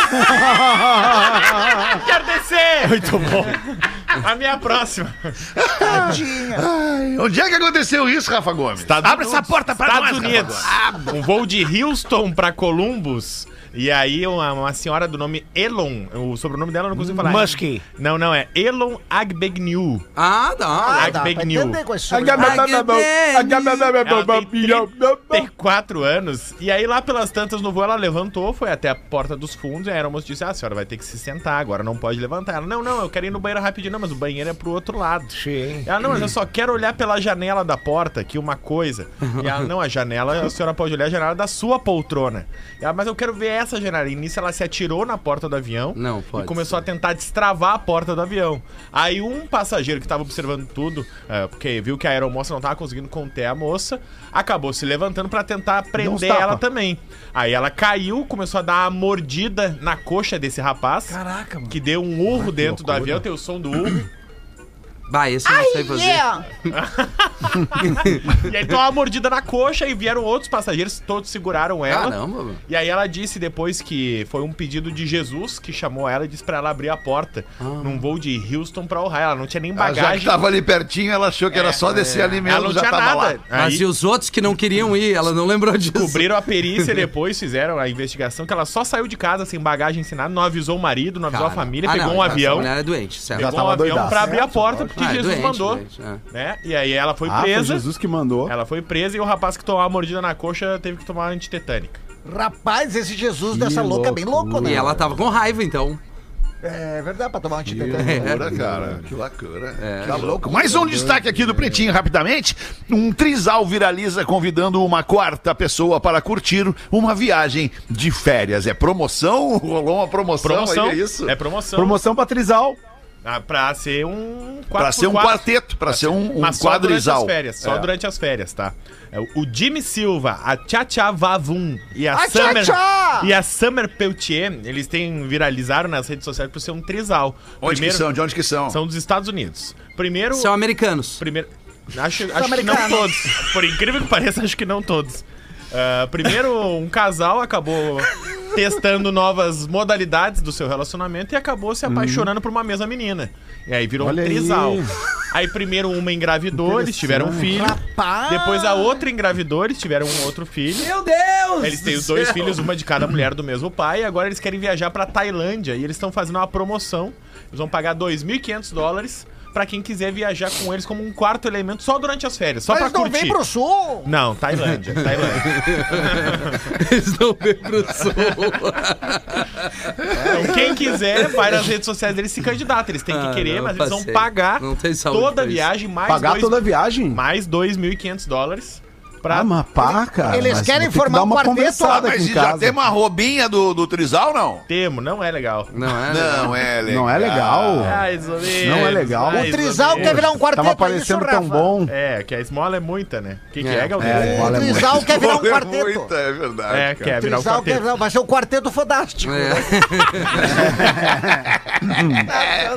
[SPEAKER 1] Quero descer! Muito bom. A minha próxima.
[SPEAKER 8] Tadinha.
[SPEAKER 2] Onde é que aconteceu isso, Rafa Gomes?
[SPEAKER 1] Tá
[SPEAKER 2] Abre essa porta pra
[SPEAKER 1] Estados
[SPEAKER 2] nós, Rafa
[SPEAKER 1] Unidos.
[SPEAKER 2] Gomes.
[SPEAKER 1] Um voo de Houston pra Columbus. E aí uma, uma senhora do nome Elon, o sobrenome dela eu não consigo falar.
[SPEAKER 5] Musk.
[SPEAKER 1] Não, não, é Elon Agbegnew.
[SPEAKER 6] Ah, dá.
[SPEAKER 8] Ah,
[SPEAKER 1] Like
[SPEAKER 8] dá pra
[SPEAKER 1] big new.
[SPEAKER 8] entender com esse sobrenome.
[SPEAKER 1] Ela tem
[SPEAKER 7] Ela
[SPEAKER 1] 34 anos. E aí, lá pelas tantas no voo, ela levantou, foi até a porta dos fundos. E aí, a aeromoça disse: Ah, a senhora vai ter que se sentar agora, não pode levantar. Ela: Não, não, eu quero ir no banheiro rapidinho. Não, mas o banheiro é pro outro lado.
[SPEAKER 5] Sim.
[SPEAKER 1] Ela: Não, mas eu só quero olhar pela janela da porta aqui uma
[SPEAKER 6] (laughs)
[SPEAKER 1] coisa. E ela: Não, a janela, a senhora pode olhar a janela da sua poltrona. E Ela: Mas eu quero ver essa janela. E nisso, ela se atirou na porta do avião.
[SPEAKER 6] Não,
[SPEAKER 1] E
[SPEAKER 6] pode
[SPEAKER 1] começou a tentar destravar a porta do avião. Aí um passageiro que tava observando tudo, é, porque viu que a aeromoça não tava conseguindo conter a moça, acabou se levantando pra tentar prender ela também. Aí ela caiu, começou a dar uma mordida na coxa desse rapaz. Caraca, mano. Que deu um urro dentro do avião, tem o som do urro.
[SPEAKER 6] Bah, esse eu não sei fazer.
[SPEAKER 8] Yeah.
[SPEAKER 1] e aí deu uma mordida na coxa e vieram outros passageiros, todos seguraram ela.
[SPEAKER 6] Caramba, mano.
[SPEAKER 1] E aí ela disse depois que foi um pedido de Jesus que chamou ela e disse pra ela abrir a porta num voo de Houston pra Ohio. Ela não tinha nem
[SPEAKER 2] Ah, Já
[SPEAKER 1] bagagem. É,
[SPEAKER 2] que tava ali pertinho, ela achou que era só descer ali mesmo,
[SPEAKER 1] Ela não
[SPEAKER 2] já
[SPEAKER 1] tinha
[SPEAKER 2] tava
[SPEAKER 1] nada.
[SPEAKER 2] lá.
[SPEAKER 6] Mas
[SPEAKER 1] Aí
[SPEAKER 6] e os outros que não queriam ir? Ela não lembrou disso.
[SPEAKER 1] Cobriram a perícia depois, fizeram a investigação, que ela só saiu de casa sem bagagem, sem nada, não avisou o marido, não avisou
[SPEAKER 6] Cara.
[SPEAKER 1] a família,
[SPEAKER 6] Ah,
[SPEAKER 1] pegou
[SPEAKER 6] não,
[SPEAKER 1] um
[SPEAKER 6] essa
[SPEAKER 1] avião,
[SPEAKER 6] mulher é doente, certo.
[SPEAKER 1] pegou um
[SPEAKER 7] tava
[SPEAKER 1] avião
[SPEAKER 7] doidaça.
[SPEAKER 1] pra abrir a porta, porque
[SPEAKER 6] Ah, é
[SPEAKER 1] Jesus
[SPEAKER 6] doente,
[SPEAKER 1] mandou.
[SPEAKER 6] doente, é.
[SPEAKER 1] Né? E aí ela foi
[SPEAKER 7] Ah, foi
[SPEAKER 1] presa.
[SPEAKER 7] Jesus que mandou.
[SPEAKER 1] Ela foi presa e o rapaz que tomou a mordida na coxa teve que tomar antitetânica.
[SPEAKER 8] Rapaz, esse Jesus dessa louca é bem louco, né?
[SPEAKER 6] E ela tava com raiva, então.
[SPEAKER 8] É verdade, pra tomar um antitetânico.
[SPEAKER 7] É,
[SPEAKER 2] Que loucura, cara. É. Que loucura. tá louco. Mais um destaque aqui do Pretinho, rapidamente. Um trisal viraliza convidando uma quarta pessoa para curtir uma viagem de férias. É promoção? (laughs) Rolou uma promoção,
[SPEAKER 1] Promoção.
[SPEAKER 2] aí, é isso?
[SPEAKER 1] É promoção.
[SPEAKER 7] Promoção Patrizal.
[SPEAKER 1] Ah, pra ser um
[SPEAKER 2] Pra ser um quarteto, pra ser um, um
[SPEAKER 1] Mas só durante as
[SPEAKER 2] quadrisal.
[SPEAKER 1] férias, só
[SPEAKER 2] É.
[SPEAKER 1] durante as férias, tá? É, O o Jimmy Silva, a Tchatcha Vavum e a,
[SPEAKER 8] A
[SPEAKER 1] Summer
[SPEAKER 8] Tchatcha!
[SPEAKER 1] e a Summer Peltier, eles têm viralizaram nas redes sociais por ser um trisal.
[SPEAKER 2] Onde que são? De onde que são?
[SPEAKER 1] São dos Estados Unidos. Primeiro,
[SPEAKER 6] São (laughs) americanos.
[SPEAKER 1] primeiro acho, acho que não
[SPEAKER 8] americanos.
[SPEAKER 1] todos. Por incrível que pareça, acho que não todos. Ah, primeiro, um casal acabou testando novas modalidades do seu relacionamento e acabou se apaixonando por uma mesma menina. E aí virou
[SPEAKER 7] Uhum. Olha
[SPEAKER 1] um
[SPEAKER 7] aí.
[SPEAKER 1] trisal. Aí. primeiro uma engravidou, eles tiveram um filho.
[SPEAKER 8] Rapaz.
[SPEAKER 1] Depois a outra engravidou, eles tiveram um outro filho.
[SPEAKER 6] Meu Deus!
[SPEAKER 1] Eles têm os dois filhos, uma de cada mulher do mesmo pai, e agora eles querem viajar pra Tailândia e eles estão fazendo uma promoção. Eles vão pagar 2.500 dólares pra quem quiser viajar com eles como um quarto elemento só durante as férias, só
[SPEAKER 8] Mas
[SPEAKER 1] pra
[SPEAKER 8] não
[SPEAKER 1] curtir.
[SPEAKER 8] vem pro sul.
[SPEAKER 1] Não, Tailândia, Tailândia.
[SPEAKER 6] Eles não vêm pro sul.
[SPEAKER 1] Então quem quiser, vai nas redes sociais deles e se candidata. Eles têm
[SPEAKER 6] Ah,
[SPEAKER 1] que querer,
[SPEAKER 6] não,
[SPEAKER 1] mas eles vão
[SPEAKER 6] passei.
[SPEAKER 1] pagar
[SPEAKER 6] Não tem saúde
[SPEAKER 1] toda
[SPEAKER 6] pra
[SPEAKER 1] a
[SPEAKER 6] isso.
[SPEAKER 1] viagem mais
[SPEAKER 7] Pagar
[SPEAKER 1] dois-
[SPEAKER 7] toda a viagem.
[SPEAKER 1] mais 2.500 dólares pra
[SPEAKER 7] Ah, mas pá, cara.
[SPEAKER 8] eles
[SPEAKER 7] mas
[SPEAKER 8] querem
[SPEAKER 7] vou ter que
[SPEAKER 8] formar
[SPEAKER 7] dar
[SPEAKER 8] um
[SPEAKER 7] uma
[SPEAKER 8] quarteto,
[SPEAKER 2] Ah,
[SPEAKER 7] conversada
[SPEAKER 2] mas
[SPEAKER 7] aqui em
[SPEAKER 2] já tem
[SPEAKER 7] casa.
[SPEAKER 2] uma robinha do, do trisal, não?
[SPEAKER 1] Temo, não é legal.
[SPEAKER 6] Não é?
[SPEAKER 2] (laughs) Não, é legal.
[SPEAKER 7] Não é legal.
[SPEAKER 1] Mais ou menos,
[SPEAKER 7] Não é legal.
[SPEAKER 1] mais
[SPEAKER 8] O
[SPEAKER 1] ou
[SPEAKER 8] trisal
[SPEAKER 1] menos.
[SPEAKER 8] quer virar um quarteto,
[SPEAKER 7] Tava
[SPEAKER 8] é isso,
[SPEAKER 7] parecendo
[SPEAKER 8] Rafa?
[SPEAKER 7] tão bom.
[SPEAKER 1] É, que a esmola é muita, né? O que, que é,
[SPEAKER 6] É.
[SPEAKER 1] Galdês?
[SPEAKER 7] É,
[SPEAKER 8] O
[SPEAKER 7] olha,
[SPEAKER 8] trisal quer virar um quarteto.
[SPEAKER 2] Muita, é verdade.
[SPEAKER 1] É,
[SPEAKER 2] cara.
[SPEAKER 1] quer virar um
[SPEAKER 8] Trisal quer
[SPEAKER 1] quarteto.
[SPEAKER 8] virar, vai ser um quarteto fodástico.
[SPEAKER 6] É.
[SPEAKER 8] Não,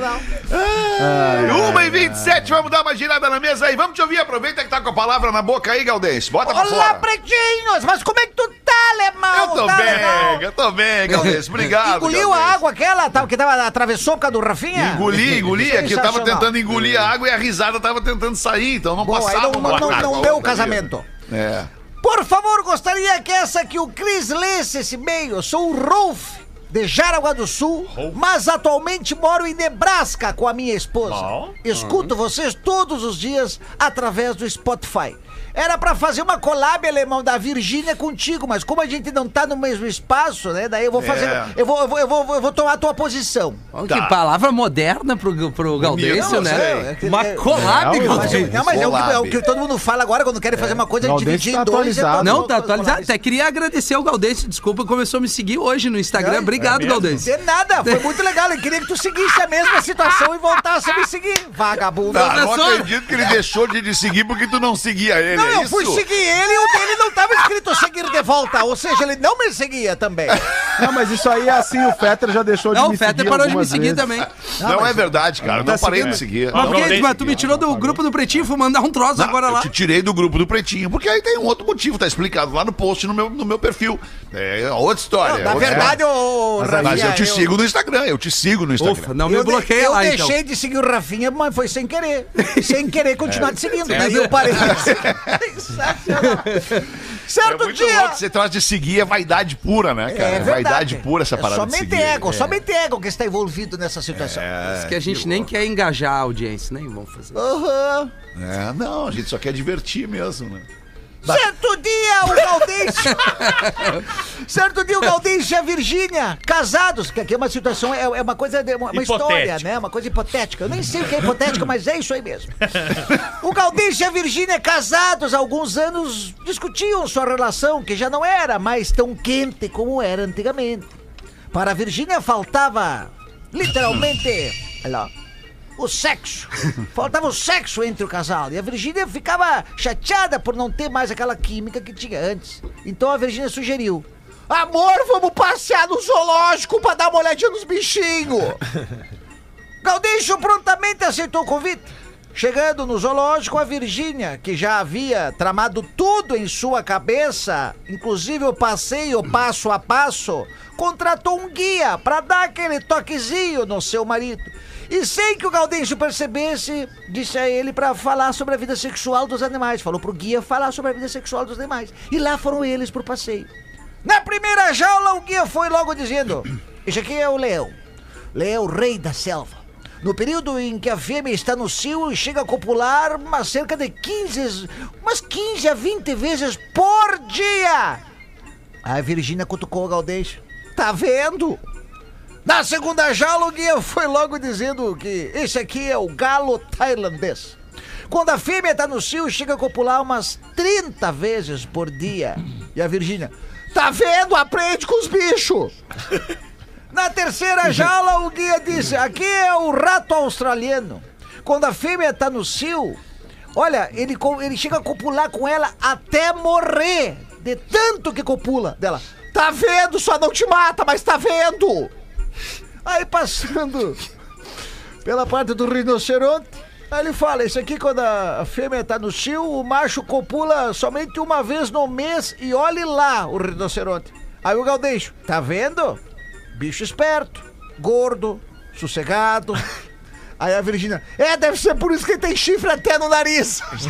[SPEAKER 8] não.
[SPEAKER 2] Uma e 27, vamos dar uma girada na mesa aí. Vamos te ouvir, aproveita que tá com a palavra na boca aí, Galdense. Bota pra
[SPEAKER 8] Olá,
[SPEAKER 2] fora.
[SPEAKER 8] pretinhos! Mas como é que tu tá, alemão?
[SPEAKER 2] Eu tô
[SPEAKER 8] tá,
[SPEAKER 2] bem,
[SPEAKER 8] alemão?
[SPEAKER 2] eu tô bem, Galdense. Obrigado.
[SPEAKER 8] Engoliu a
[SPEAKER 2] Galdense.
[SPEAKER 8] água aquela tá, que tava, atravessou por causa do Rafinha? é
[SPEAKER 2] Engoli, engoli. Aqui eu tava
[SPEAKER 8] Sensacional.
[SPEAKER 2] tentando engolir a água e a risada tava tentando sair, então não
[SPEAKER 8] Bom, aí
[SPEAKER 2] passava.
[SPEAKER 8] não, não,
[SPEAKER 2] uma
[SPEAKER 8] não-
[SPEAKER 2] água
[SPEAKER 8] não
[SPEAKER 2] pra
[SPEAKER 8] deu o
[SPEAKER 2] outra ali.
[SPEAKER 8] casamento.
[SPEAKER 2] É.
[SPEAKER 8] Por favor, gostaria que essa que o Cris lesse esse e-mail. Eu sou o Rolf de Jaraguá do Sul, mas atualmente moro em Nebraska com a minha esposa.
[SPEAKER 1] Bom.
[SPEAKER 8] Escuto vocês todos os dias através do Spotify. Era pra fazer uma collab alemão da Virgínia contigo, mas como a gente não tá no mesmo espaço, né? Daí eu vou fazer.
[SPEAKER 2] É.
[SPEAKER 8] Eu, vou, eu, vou, eu, vou, eu vou tomar a tua posição.
[SPEAKER 6] Olha
[SPEAKER 2] Tá.
[SPEAKER 6] Que palavra moderna pro, pro Gaudêncio,
[SPEAKER 2] Não
[SPEAKER 6] né?
[SPEAKER 8] sei.
[SPEAKER 6] Uma collab,
[SPEAKER 7] Não,
[SPEAKER 8] Mas,
[SPEAKER 6] Gaudêncio.
[SPEAKER 8] não, mas é o, que, é o
[SPEAKER 2] Collab.
[SPEAKER 8] que todo mundo fala agora quando querem fazer uma coisa, é
[SPEAKER 7] Não,
[SPEAKER 8] dividir
[SPEAKER 7] deixa tá
[SPEAKER 8] em dois. é todo
[SPEAKER 7] atualizado.
[SPEAKER 8] mundo
[SPEAKER 6] Não, tá
[SPEAKER 8] faz
[SPEAKER 6] atualizado.
[SPEAKER 8] collabs.
[SPEAKER 6] Até queria agradecer ao Gaudêncio. Desculpa, começou a me seguir hoje no Instagram.
[SPEAKER 8] É,
[SPEAKER 6] Obrigado,
[SPEAKER 1] é mesmo?
[SPEAKER 6] Gaudêncio.
[SPEAKER 8] De nada, foi muito legal. Eu queria que tu seguisse a mesma situação e voltasse a me seguir. Vagabundo.
[SPEAKER 2] Tá, não
[SPEAKER 6] Professor.
[SPEAKER 2] acredito que ele deixou de te seguir porque tu não seguia ele,
[SPEAKER 8] Não,
[SPEAKER 2] é
[SPEAKER 8] eu
[SPEAKER 2] isso?
[SPEAKER 8] fui seguir ele e o dele não tava escrito seguir de volta. Ou seja, ele não me seguia também.
[SPEAKER 7] Não, mas isso aí é assim, o Fetter já deixou de
[SPEAKER 6] Não,
[SPEAKER 7] me
[SPEAKER 6] o
[SPEAKER 7] seguir
[SPEAKER 6] Fetter parou de me
[SPEAKER 7] algumas
[SPEAKER 6] seguir
[SPEAKER 7] vezes.
[SPEAKER 6] também.
[SPEAKER 2] Não, é verdade, cara. Eu
[SPEAKER 8] tá
[SPEAKER 2] não parei de seguir.
[SPEAKER 8] Ah,
[SPEAKER 1] Mas
[SPEAKER 6] Mas,
[SPEAKER 1] por que-
[SPEAKER 6] mas tu me tirou do grupo do Pretinho, fui mandar um troço
[SPEAKER 2] Não,
[SPEAKER 6] agora
[SPEAKER 2] eu
[SPEAKER 6] lá.
[SPEAKER 2] te tirei do grupo do Pretinho, porque aí tem um outro motivo, tá explicado lá no post, no meu, no meu perfil. É outra história.
[SPEAKER 8] Na
[SPEAKER 2] outra
[SPEAKER 8] verdade, o
[SPEAKER 2] história. mas eu te sigo no Instagram, eu te sigo no Instagram.
[SPEAKER 6] Ufa, não me bloqueia
[SPEAKER 8] eu
[SPEAKER 6] lá então.
[SPEAKER 8] deixei de seguir o Rafinha, mas foi sem querer. Sem querer continuar te seguindo. Daí eu parei. Sensacional.
[SPEAKER 2] É
[SPEAKER 8] Certo
[SPEAKER 2] muito
[SPEAKER 8] dia.
[SPEAKER 2] louco, você traz de seguir é vaidade pura, né, cara? É, vaidade pura essa parada
[SPEAKER 8] É
[SPEAKER 2] de
[SPEAKER 8] somente
[SPEAKER 2] seguir. É.
[SPEAKER 8] ego, somente ego que está envolvido nessa situação.
[SPEAKER 6] Diz que a gente nem quer engajar a audiência, nem vamos fazer.
[SPEAKER 8] Aham.
[SPEAKER 2] É, não, a gente só quer divertir mesmo, né?
[SPEAKER 8] Certo dia, o Gaudêncio. (laughs) certo dia, o Gaudêncio e a Virgínia, casados, que aqui é uma situação, é, é uma coisa, de- uma, uma história,
[SPEAKER 1] Hipotético.
[SPEAKER 8] né? Uma coisa hipotética. Eu nem sei o que é hipotética, mas é isso aí mesmo. (laughs) O Gaudêncio e a Virgínia, casados há alguns anos, discutiam sua relação, que já não era mais tão quente como era antigamente. Para a Virgínia faltava, literalmente, olha lá, o sexo. Faltava o sexo entre o casal. E a Virgínia ficava chateada por não ter mais aquela química que tinha antes. Então a Virgínia sugeriu. Amor, vamos passear no zoológico pra dar uma olhadinha nos bichinhos. Gaudêncio prontamente aceitou o convite. Chegando no zoológico, a Virgínia, que já havia tramado tudo em sua cabeça, inclusive o passeio passo a passo, contratou um guia para dar aquele toquezinho no seu marido. E sem que o Gaudêncio percebesse, disse a ele para falar sobre a vida sexual dos animais. Falou pro guia falar sobre a vida sexual dos animais. E lá foram eles pro passeio. Na primeira jaula, o guia foi logo dizendo: Esse aqui é o leão. Lé é o rei da selva. No período em que a fêmea está no cio e chega a copular umas cerca de 15, umas 15 a 20 vezes por dia. A Virgínia cutucou o Galdeixo. Tá vendo? Na segunda jaula, o guia foi logo dizendo que esse aqui é o galo tailandês. Quando a fêmea tá no cio, chega a copular umas 30 vezes por dia. E a Virgínia, tá vendo? Aprende com os bichos! Na terceira jaula, o guia disse: aqui é o rato australiano. Quando a fêmea tá no cio, olha, ele, co- ele chega a copular com ela até morrer, de tanto que copula dela. Tá vendo, só não te mata, mas tá vendo! Aí passando pela parte do rinoceronte, aí ele fala: Isso aqui, quando a fêmea tá no cio, o macho copula somente uma vez no mês e olhe lá o rinoceronte. Aí o Galdeixo: Tá vendo? Bicho esperto, gordo, sossegado. Aí a Virgínia, é, deve ser por isso que ele tem chifre até no nariz. Sim,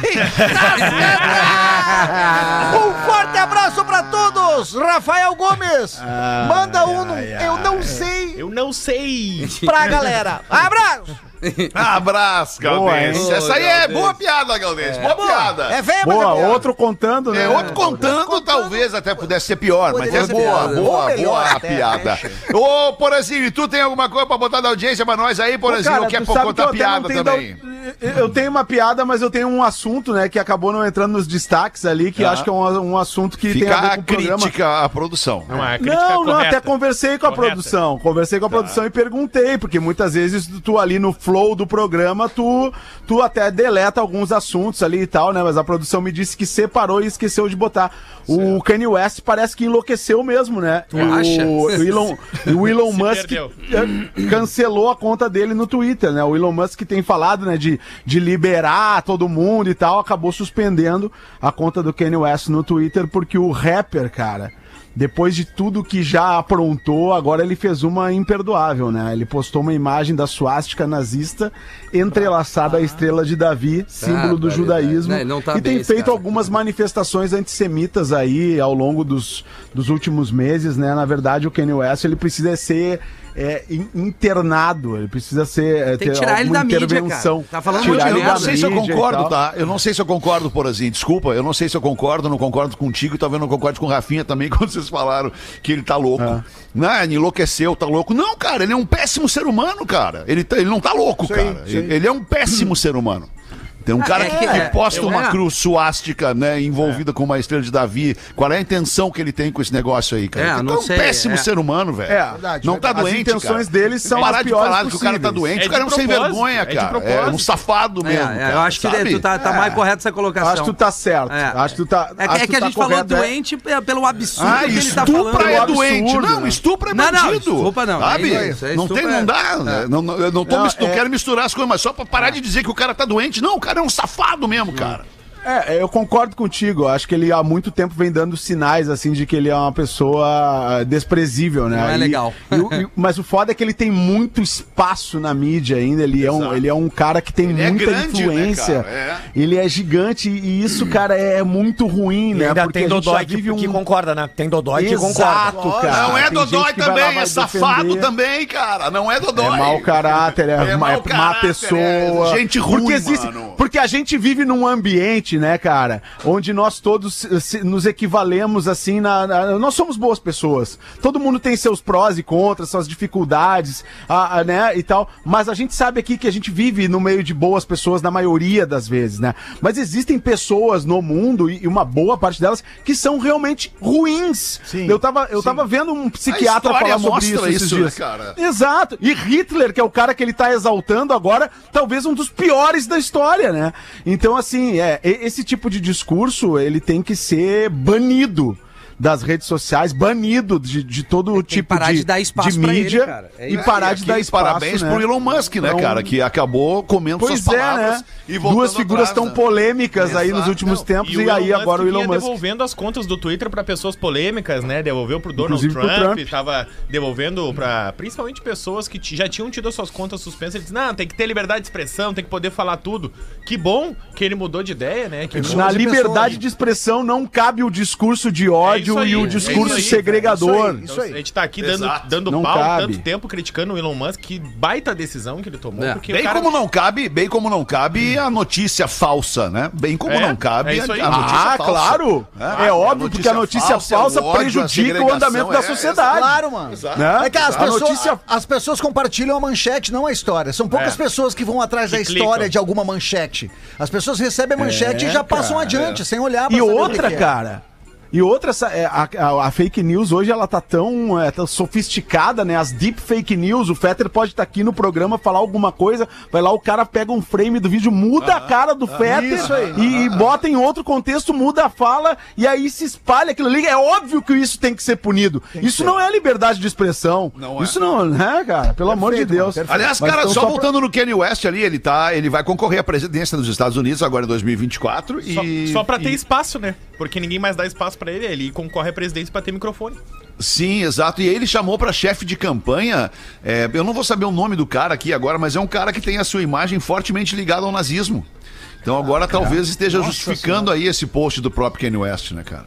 [SPEAKER 8] tá certo! um forte abraço pra todos! Rafael Gomes, manda um, eu não sei
[SPEAKER 1] Eu não sei.
[SPEAKER 5] é?
[SPEAKER 8] pra galera.
[SPEAKER 9] Ah,
[SPEAKER 8] Abraço!
[SPEAKER 2] Abraço, Galdês.
[SPEAKER 6] Boa, hein?
[SPEAKER 2] Essa aí é boa piada, Galdês. Boa piada.
[SPEAKER 8] É velho, mas
[SPEAKER 7] Boa,
[SPEAKER 8] é boa.
[SPEAKER 7] outro contando, né?
[SPEAKER 2] É, outro contando, talvez até pudesse ser pior, mas
[SPEAKER 8] Poderia
[SPEAKER 2] é
[SPEAKER 8] ser
[SPEAKER 2] boa,
[SPEAKER 8] pior, né? Ou
[SPEAKER 2] boa,
[SPEAKER 8] melhor
[SPEAKER 2] boa a
[SPEAKER 8] até,
[SPEAKER 2] piada. Ô, Porazinho, tu tem alguma coisa pra botar na audiência pra nós aí, Porazinho?
[SPEAKER 7] Cara,
[SPEAKER 2] Ou quer
[SPEAKER 7] tu sabe que eu
[SPEAKER 2] contar
[SPEAKER 7] até não
[SPEAKER 2] piada
[SPEAKER 7] tenho um
[SPEAKER 2] também?
[SPEAKER 7] da- Eu tenho uma piada, mas eu tenho um assunto, né, que acabou não entrando nos destaques ali, que
[SPEAKER 2] Tá.
[SPEAKER 7] acho que é um, um assunto que tem a
[SPEAKER 2] Fica
[SPEAKER 7] ver
[SPEAKER 2] a
[SPEAKER 7] com o programa.
[SPEAKER 2] crítica à produção.
[SPEAKER 1] Não, é a crítica
[SPEAKER 7] Não, não,
[SPEAKER 1] correta.
[SPEAKER 7] até conversei com a
[SPEAKER 1] Correta. Tá.
[SPEAKER 7] produção. Conversei com a produção e perguntei, porque muitas vezes tu ali no flow do programa, tu, tu até deleta alguns assuntos ali e tal, né? Mas a produção me disse que separou e esqueceu de botar. O Kanye West parece que enlouqueceu mesmo, né? Tu
[SPEAKER 6] acha?
[SPEAKER 7] O Elon, o Elon
[SPEAKER 1] (laughs) Se
[SPEAKER 7] Musk
[SPEAKER 1] perdeu.
[SPEAKER 7] eh, cancelou a conta dele no Twitter, né? O Elon Musk tem falado, né, de, de liberar todo mundo e tal, acabou suspendendo a conta do Kanye West no Twitter porque o rapper, cara, depois de tudo que já aprontou, agora ele fez uma imperdoável, né? Ele postou uma imagem da suástica nazista entrelaçada
[SPEAKER 6] Ah.
[SPEAKER 7] à estrela de Davi, símbolo do
[SPEAKER 6] barbaridade.
[SPEAKER 7] judaísmo,
[SPEAKER 6] Não, ele não tá
[SPEAKER 7] e
[SPEAKER 6] bem
[SPEAKER 7] tem
[SPEAKER 6] esse
[SPEAKER 7] feito
[SPEAKER 6] cara.
[SPEAKER 7] algumas manifestações antissemitas aí ao longo dos, dos últimos meses, né? Na verdade, o Kanye West ele precisa ser é, in- internado, ele precisa ser é,
[SPEAKER 6] Tem que tirar ele
[SPEAKER 7] alguma
[SPEAKER 6] da mídia, cara. Tá falando muito
[SPEAKER 2] Eu
[SPEAKER 6] Tirar ele
[SPEAKER 2] não
[SPEAKER 6] da
[SPEAKER 2] sei se eu
[SPEAKER 7] mídia e
[SPEAKER 2] concordo,
[SPEAKER 7] tal.
[SPEAKER 2] tá? Eu não sei se eu concordo, Porazinho. Desculpa, eu não sei se eu concordo, não concordo contigo e talvez não concorde com o Rafinha também (laughs) quando vocês falaram que ele tá louco.
[SPEAKER 7] É.
[SPEAKER 2] Né? Ele enlouqueceu, tá louco. Não, cara, ele é um péssimo ser humano, cara. Ele, tá- ele não tá louco, cara. Ele, ele é um péssimo ser humano. Tem um cara
[SPEAKER 6] é
[SPEAKER 2] que,
[SPEAKER 6] que-
[SPEAKER 2] que
[SPEAKER 6] é,
[SPEAKER 2] posta
[SPEAKER 6] eu-
[SPEAKER 2] uma
[SPEAKER 6] é.
[SPEAKER 2] cruz suástica, né,
[SPEAKER 7] É.
[SPEAKER 2] envolvida com uma estrela de Davi. Qual é a intenção que ele tem com esse negócio aí, cara?
[SPEAKER 6] É,
[SPEAKER 2] Ele
[SPEAKER 6] não
[SPEAKER 2] tá um
[SPEAKER 6] sei,
[SPEAKER 2] péssimo
[SPEAKER 6] é.
[SPEAKER 2] ser humano, velho.
[SPEAKER 7] É, verdade,
[SPEAKER 2] não tá
[SPEAKER 7] verdade. As
[SPEAKER 2] doente,
[SPEAKER 7] intenções
[SPEAKER 2] cara.
[SPEAKER 7] dele são
[SPEAKER 2] Parar
[SPEAKER 7] as
[SPEAKER 2] de
[SPEAKER 7] piores
[SPEAKER 2] falar que o cara tá
[SPEAKER 7] possíveis.
[SPEAKER 2] doente.
[SPEAKER 1] É
[SPEAKER 2] o cara é um
[SPEAKER 1] de
[SPEAKER 2] sem
[SPEAKER 1] propósito, é
[SPEAKER 2] vergonha,
[SPEAKER 1] de
[SPEAKER 2] cara. É, um
[SPEAKER 1] propósito.
[SPEAKER 2] safado
[SPEAKER 6] É,
[SPEAKER 2] mesmo,
[SPEAKER 6] é,
[SPEAKER 2] cara,
[SPEAKER 6] eu acho que
[SPEAKER 2] sabe?
[SPEAKER 6] tu tá, tá mais correto essa colocação.
[SPEAKER 7] Acho que tu tá certo.
[SPEAKER 6] É.
[SPEAKER 7] Acho que tu tá.
[SPEAKER 6] É, que-
[SPEAKER 7] acho
[SPEAKER 6] é que a
[SPEAKER 7] tu tá
[SPEAKER 6] gente falou
[SPEAKER 7] correto, é.
[SPEAKER 6] doente pe- pelo absurdo
[SPEAKER 2] Ah,
[SPEAKER 6] que ele tá
[SPEAKER 2] estupra
[SPEAKER 6] falando.
[SPEAKER 2] é
[SPEAKER 7] Pelo
[SPEAKER 2] doente.
[SPEAKER 7] absurdo,
[SPEAKER 2] Não,
[SPEAKER 7] né?
[SPEAKER 2] estupra é
[SPEAKER 6] Não, não,
[SPEAKER 2] bandido.
[SPEAKER 6] estupra não, é
[SPEAKER 2] Sabe?
[SPEAKER 6] isso, é
[SPEAKER 2] não
[SPEAKER 6] estupra
[SPEAKER 2] tem,
[SPEAKER 6] é-
[SPEAKER 2] não dá. né? Não, não- eu não, tô
[SPEAKER 7] Não,
[SPEAKER 2] mis- não
[SPEAKER 7] é-
[SPEAKER 2] quero misturar as coisas, mas só pra parar de dizer que o cara tá doente. Não, o cara é um safado
[SPEAKER 7] Hum,
[SPEAKER 2] mesmo, cara.
[SPEAKER 7] É, eu concordo contigo. Eu Acho que ele há muito tempo vem dando sinais, assim, de que ele é uma pessoa desprezível, né?
[SPEAKER 6] Não é
[SPEAKER 7] E-
[SPEAKER 6] legal.
[SPEAKER 7] e o- e- mas o foda é que ele tem muito espaço na mídia ainda. Ele, é um,
[SPEAKER 2] Exato.
[SPEAKER 7] ele é um cara que tem
[SPEAKER 2] Ele é
[SPEAKER 7] muita
[SPEAKER 2] grande, né,
[SPEAKER 7] influência.
[SPEAKER 2] cara? É.
[SPEAKER 7] Ele é gigante e isso, cara, é muito ruim, né?
[SPEAKER 5] ainda
[SPEAKER 7] Porque
[SPEAKER 5] tem
[SPEAKER 7] a gente
[SPEAKER 5] Dodói
[SPEAKER 7] já
[SPEAKER 5] que,
[SPEAKER 7] vive
[SPEAKER 5] que
[SPEAKER 7] um-
[SPEAKER 5] concorda, né? Tem Dodói que concorda.
[SPEAKER 7] Exato, cara.
[SPEAKER 2] não é
[SPEAKER 7] Tem gente
[SPEAKER 2] Dodói
[SPEAKER 7] que vai lá,
[SPEAKER 2] também,
[SPEAKER 7] vai
[SPEAKER 2] é safado
[SPEAKER 7] defender.
[SPEAKER 2] também, cara. Não é Dodói.
[SPEAKER 7] É mau caráter, é,
[SPEAKER 2] É
[SPEAKER 7] má,
[SPEAKER 2] mau
[SPEAKER 7] é má
[SPEAKER 2] caráter,
[SPEAKER 7] pessoa.
[SPEAKER 2] é gente ruim,
[SPEAKER 7] porque existe,
[SPEAKER 2] mano.
[SPEAKER 7] Porque a gente vive num ambiente, né, cara, onde nós todos se- se- nos equivalemos, assim, na, na- nós somos boas pessoas. Todo mundo tem seus prós e contras, suas dificuldades, a- a, né, e tal. Mas a gente sabe aqui que a gente vive no meio de boas pessoas na maioria das vezes, né? Mas existem pessoas no mundo, e e uma boa parte delas, que são realmente ruins.
[SPEAKER 9] Sim,
[SPEAKER 7] eu tava, eu tava vendo um psiquiatra
[SPEAKER 2] história
[SPEAKER 7] falar sobre
[SPEAKER 2] mostra
[SPEAKER 7] isso, esses
[SPEAKER 2] isso, né,
[SPEAKER 7] dias.
[SPEAKER 2] cara?
[SPEAKER 7] Exato. E Hitler, que é o cara que ele tá exaltando agora, talvez um dos piores da história, né? Então, assim, é, e- esse tipo de discurso, ele tem que ser banido das redes sociais, banido de, de todo tipo
[SPEAKER 6] parar
[SPEAKER 7] de,
[SPEAKER 6] de dar espaço pra ele,
[SPEAKER 7] mídia
[SPEAKER 6] cara. É
[SPEAKER 7] e
[SPEAKER 6] isso.
[SPEAKER 7] parar de
[SPEAKER 2] Aqui,
[SPEAKER 7] dar espaço,
[SPEAKER 2] Parabéns
[SPEAKER 7] né?
[SPEAKER 2] pro Elon Musk, né,
[SPEAKER 7] Então,
[SPEAKER 2] cara? Que acabou comendo suas
[SPEAKER 7] Pois é,
[SPEAKER 2] palavras
[SPEAKER 7] né?
[SPEAKER 2] e voltando
[SPEAKER 7] Duas figuras
[SPEAKER 2] atrás,
[SPEAKER 7] tão
[SPEAKER 2] né?
[SPEAKER 7] polêmicas aí nos
[SPEAKER 2] Exato.
[SPEAKER 7] últimos
[SPEAKER 2] Não,
[SPEAKER 7] tempos e,
[SPEAKER 1] Elon
[SPEAKER 7] aí
[SPEAKER 1] Musk
[SPEAKER 7] agora o Elon
[SPEAKER 1] vinha
[SPEAKER 7] Musk.
[SPEAKER 1] devolvendo as contas do Twitter pra pessoas polêmicas, né? Devolveu pro Donald
[SPEAKER 7] Inclusive pro
[SPEAKER 1] Trump,
[SPEAKER 7] Trump.
[SPEAKER 1] tava devolvendo pra principalmente pessoas que ti- já tinham tido as suas contas suspensas. Ele disse: "Não, tem que ter liberdade de expressão, tem que poder falar tudo". Que bom que ele mudou de ideia, né? Que bom.
[SPEAKER 7] Na
[SPEAKER 9] de
[SPEAKER 7] liberdade
[SPEAKER 9] pessoa.
[SPEAKER 7] de expressão não cabe o discurso de
[SPEAKER 1] É
[SPEAKER 7] ódio
[SPEAKER 1] isso aí,
[SPEAKER 7] e
[SPEAKER 1] é
[SPEAKER 7] o
[SPEAKER 1] isso
[SPEAKER 7] discurso
[SPEAKER 1] aí,
[SPEAKER 7] segregador.
[SPEAKER 9] isso aí.
[SPEAKER 1] Então, a gente tá aqui dando,
[SPEAKER 2] Exato.
[SPEAKER 1] dando
[SPEAKER 7] Não
[SPEAKER 1] pau
[SPEAKER 7] cabe.
[SPEAKER 1] tanto tempo criticando o Elon Musk, que baita decisão que ele tomou,
[SPEAKER 6] É.
[SPEAKER 1] porque
[SPEAKER 2] Né? Bem
[SPEAKER 1] o cara
[SPEAKER 2] como não cabe, bem como não cabe a notícia falsa, né? Bem como
[SPEAKER 1] É,
[SPEAKER 2] não cabe
[SPEAKER 1] é
[SPEAKER 2] a, a
[SPEAKER 1] isso aí.
[SPEAKER 2] notícia
[SPEAKER 7] Ah,
[SPEAKER 2] falsa.
[SPEAKER 7] claro! É, óbvio, porque a notícia falsa
[SPEAKER 2] o é ódio, a
[SPEAKER 7] prejudica o
[SPEAKER 2] segregação,
[SPEAKER 7] andamento da
[SPEAKER 2] é,
[SPEAKER 7] sociedade.
[SPEAKER 9] Claro, mano.
[SPEAKER 7] Né?
[SPEAKER 9] É que as
[SPEAKER 7] A
[SPEAKER 9] pessoas,
[SPEAKER 7] notícia-
[SPEAKER 9] as pessoas compartilham a manchete, não a história. São poucas
[SPEAKER 1] É.
[SPEAKER 9] pessoas que vão atrás
[SPEAKER 1] Que
[SPEAKER 9] da história
[SPEAKER 1] clicam.
[SPEAKER 9] de alguma manchete. As pessoas recebem a manchete e já passam adiante, sem olhar pra
[SPEAKER 7] É, E
[SPEAKER 9] saber o que
[SPEAKER 7] outra,
[SPEAKER 9] que é. (laughs)
[SPEAKER 7] cara. E outra, essa- é, a, a- a fake news hoje ela tá tão, é, tão sofisticada, né? As deep fake news, o Fetter pode estar aqui no programa, falar alguma coisa, vai lá, o cara pega um frame do vídeo, muda
[SPEAKER 2] Ah,
[SPEAKER 7] a cara do Fetter e, e bota em outro contexto, muda a fala e aí se espalha aquilo ali. É óbvio que isso tem que ser punido. isso não é liberdade de expressão.
[SPEAKER 2] Não é.
[SPEAKER 7] Isso não, né, cara? Pelo amor de Deus.
[SPEAKER 2] Aliás,
[SPEAKER 7] Mas
[SPEAKER 2] cara,
[SPEAKER 7] então
[SPEAKER 2] só
[SPEAKER 7] pra-
[SPEAKER 2] voltando no Kanye West ali, ele tá, ele vai concorrer à presidência dos Estados Unidos agora em 2024
[SPEAKER 1] só,
[SPEAKER 2] e
[SPEAKER 1] só pra ter
[SPEAKER 2] e-
[SPEAKER 1] espaço, né? Porque ninguém mais dá espaço pra ele, ele concorre à presidência pra ter microfone.
[SPEAKER 2] Sim, exato. E ele chamou pra chefe de campanha, é, eu não vou saber o nome do cara aqui agora, mas é um cara que tem a sua imagem fortemente ligada ao nazismo. Então agora talvez esteja justificando aí esse post do próprio Kanye West, né, cara?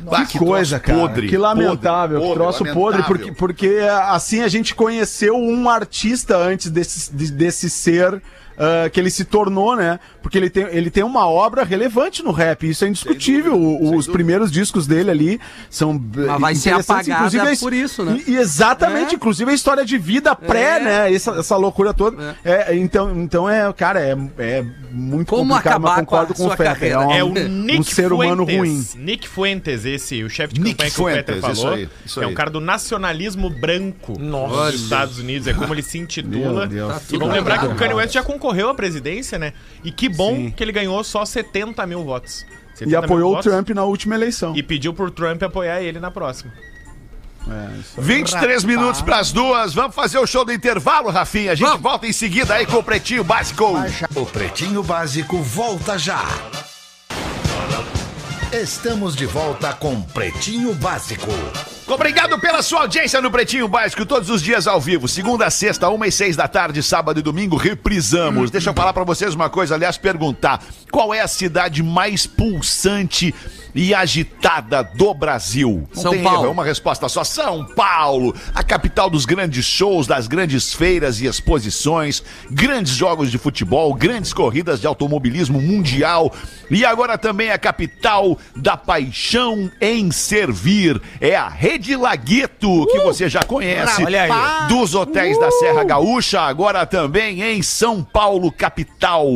[SPEAKER 2] Bah,
[SPEAKER 7] Que
[SPEAKER 2] troço
[SPEAKER 7] coisa, cara. que lamentável,
[SPEAKER 2] podre,
[SPEAKER 7] que troço podre, porque,
[SPEAKER 2] lamentável.
[SPEAKER 7] porque assim a gente conheceu um artista antes desse, de- desse ser ah, que ele se tornou, né? Porque ele tem, ele tem uma obra relevante no rap, isso é indiscutível. O- os primeiros discos dele ali são.
[SPEAKER 6] Mas vai ser
[SPEAKER 7] interessantes,
[SPEAKER 6] apagada
[SPEAKER 7] inclusive, a-
[SPEAKER 6] por isso, né?
[SPEAKER 7] E, e exatamente,
[SPEAKER 6] É.
[SPEAKER 7] inclusive a história de vida pré,
[SPEAKER 6] É.
[SPEAKER 7] né? Essa, essa loucura toda. É, então, então, é, cara, é, é muito
[SPEAKER 6] Como
[SPEAKER 7] complicado,
[SPEAKER 6] acabar
[SPEAKER 7] mas concordo
[SPEAKER 6] com
[SPEAKER 7] com,
[SPEAKER 6] a sua
[SPEAKER 7] o Fetter.
[SPEAKER 6] carreira?
[SPEAKER 7] É
[SPEAKER 1] É o
[SPEAKER 7] um,
[SPEAKER 1] Nick
[SPEAKER 7] um ser humano ruim.
[SPEAKER 1] Nick Fuentes, esse, o chefe de
[SPEAKER 2] Nick
[SPEAKER 1] campanha que o Peter
[SPEAKER 2] Fuentes, isso
[SPEAKER 1] falou.
[SPEAKER 2] aí, isso
[SPEAKER 1] é
[SPEAKER 2] aí.
[SPEAKER 1] um cara do nacionalismo branco
[SPEAKER 5] Nossa.
[SPEAKER 1] dos Estados Unidos, é como ele se intitula.
[SPEAKER 7] Meu Deus.
[SPEAKER 1] E vamos lembrar que o Kanye West já concorreu à presidência, né? E que bom que ele ganhou só 70 mil votos. 70
[SPEAKER 7] E
[SPEAKER 1] mil
[SPEAKER 7] apoiou o
[SPEAKER 1] votos
[SPEAKER 7] Trump na última eleição.
[SPEAKER 1] E pediu pro Trump apoiar ele na próxima.
[SPEAKER 2] 23 minutos pras duas. Vamos fazer o show do intervalo, Rafinha. A gente volta em seguida aí com o Pretinho Básico.
[SPEAKER 3] O Pretinho Básico volta já. Estamos de volta com Pretinho Básico.
[SPEAKER 2] Obrigado pela sua audiência no Pretinho Básico, todos os dias ao vivo, segunda a sexta, uma e seis da tarde, sábado e domingo, reprisamos. Deixa eu falar pra vocês uma coisa, aliás, perguntar, qual é a cidade mais pulsante e agitada do Brasil?
[SPEAKER 6] São
[SPEAKER 2] tem
[SPEAKER 6] Paulo.
[SPEAKER 2] erro, é uma resposta só, São Paulo, a capital dos grandes shows, das grandes feiras e exposições, grandes jogos de futebol, grandes corridas de automobilismo mundial e agora também a capital da paixão em servir. É a Rede Lagueto, que você já conhece,
[SPEAKER 5] Uh! olha aí.
[SPEAKER 2] dos hotéis da Serra Gaúcha, agora também em São Paulo, capital.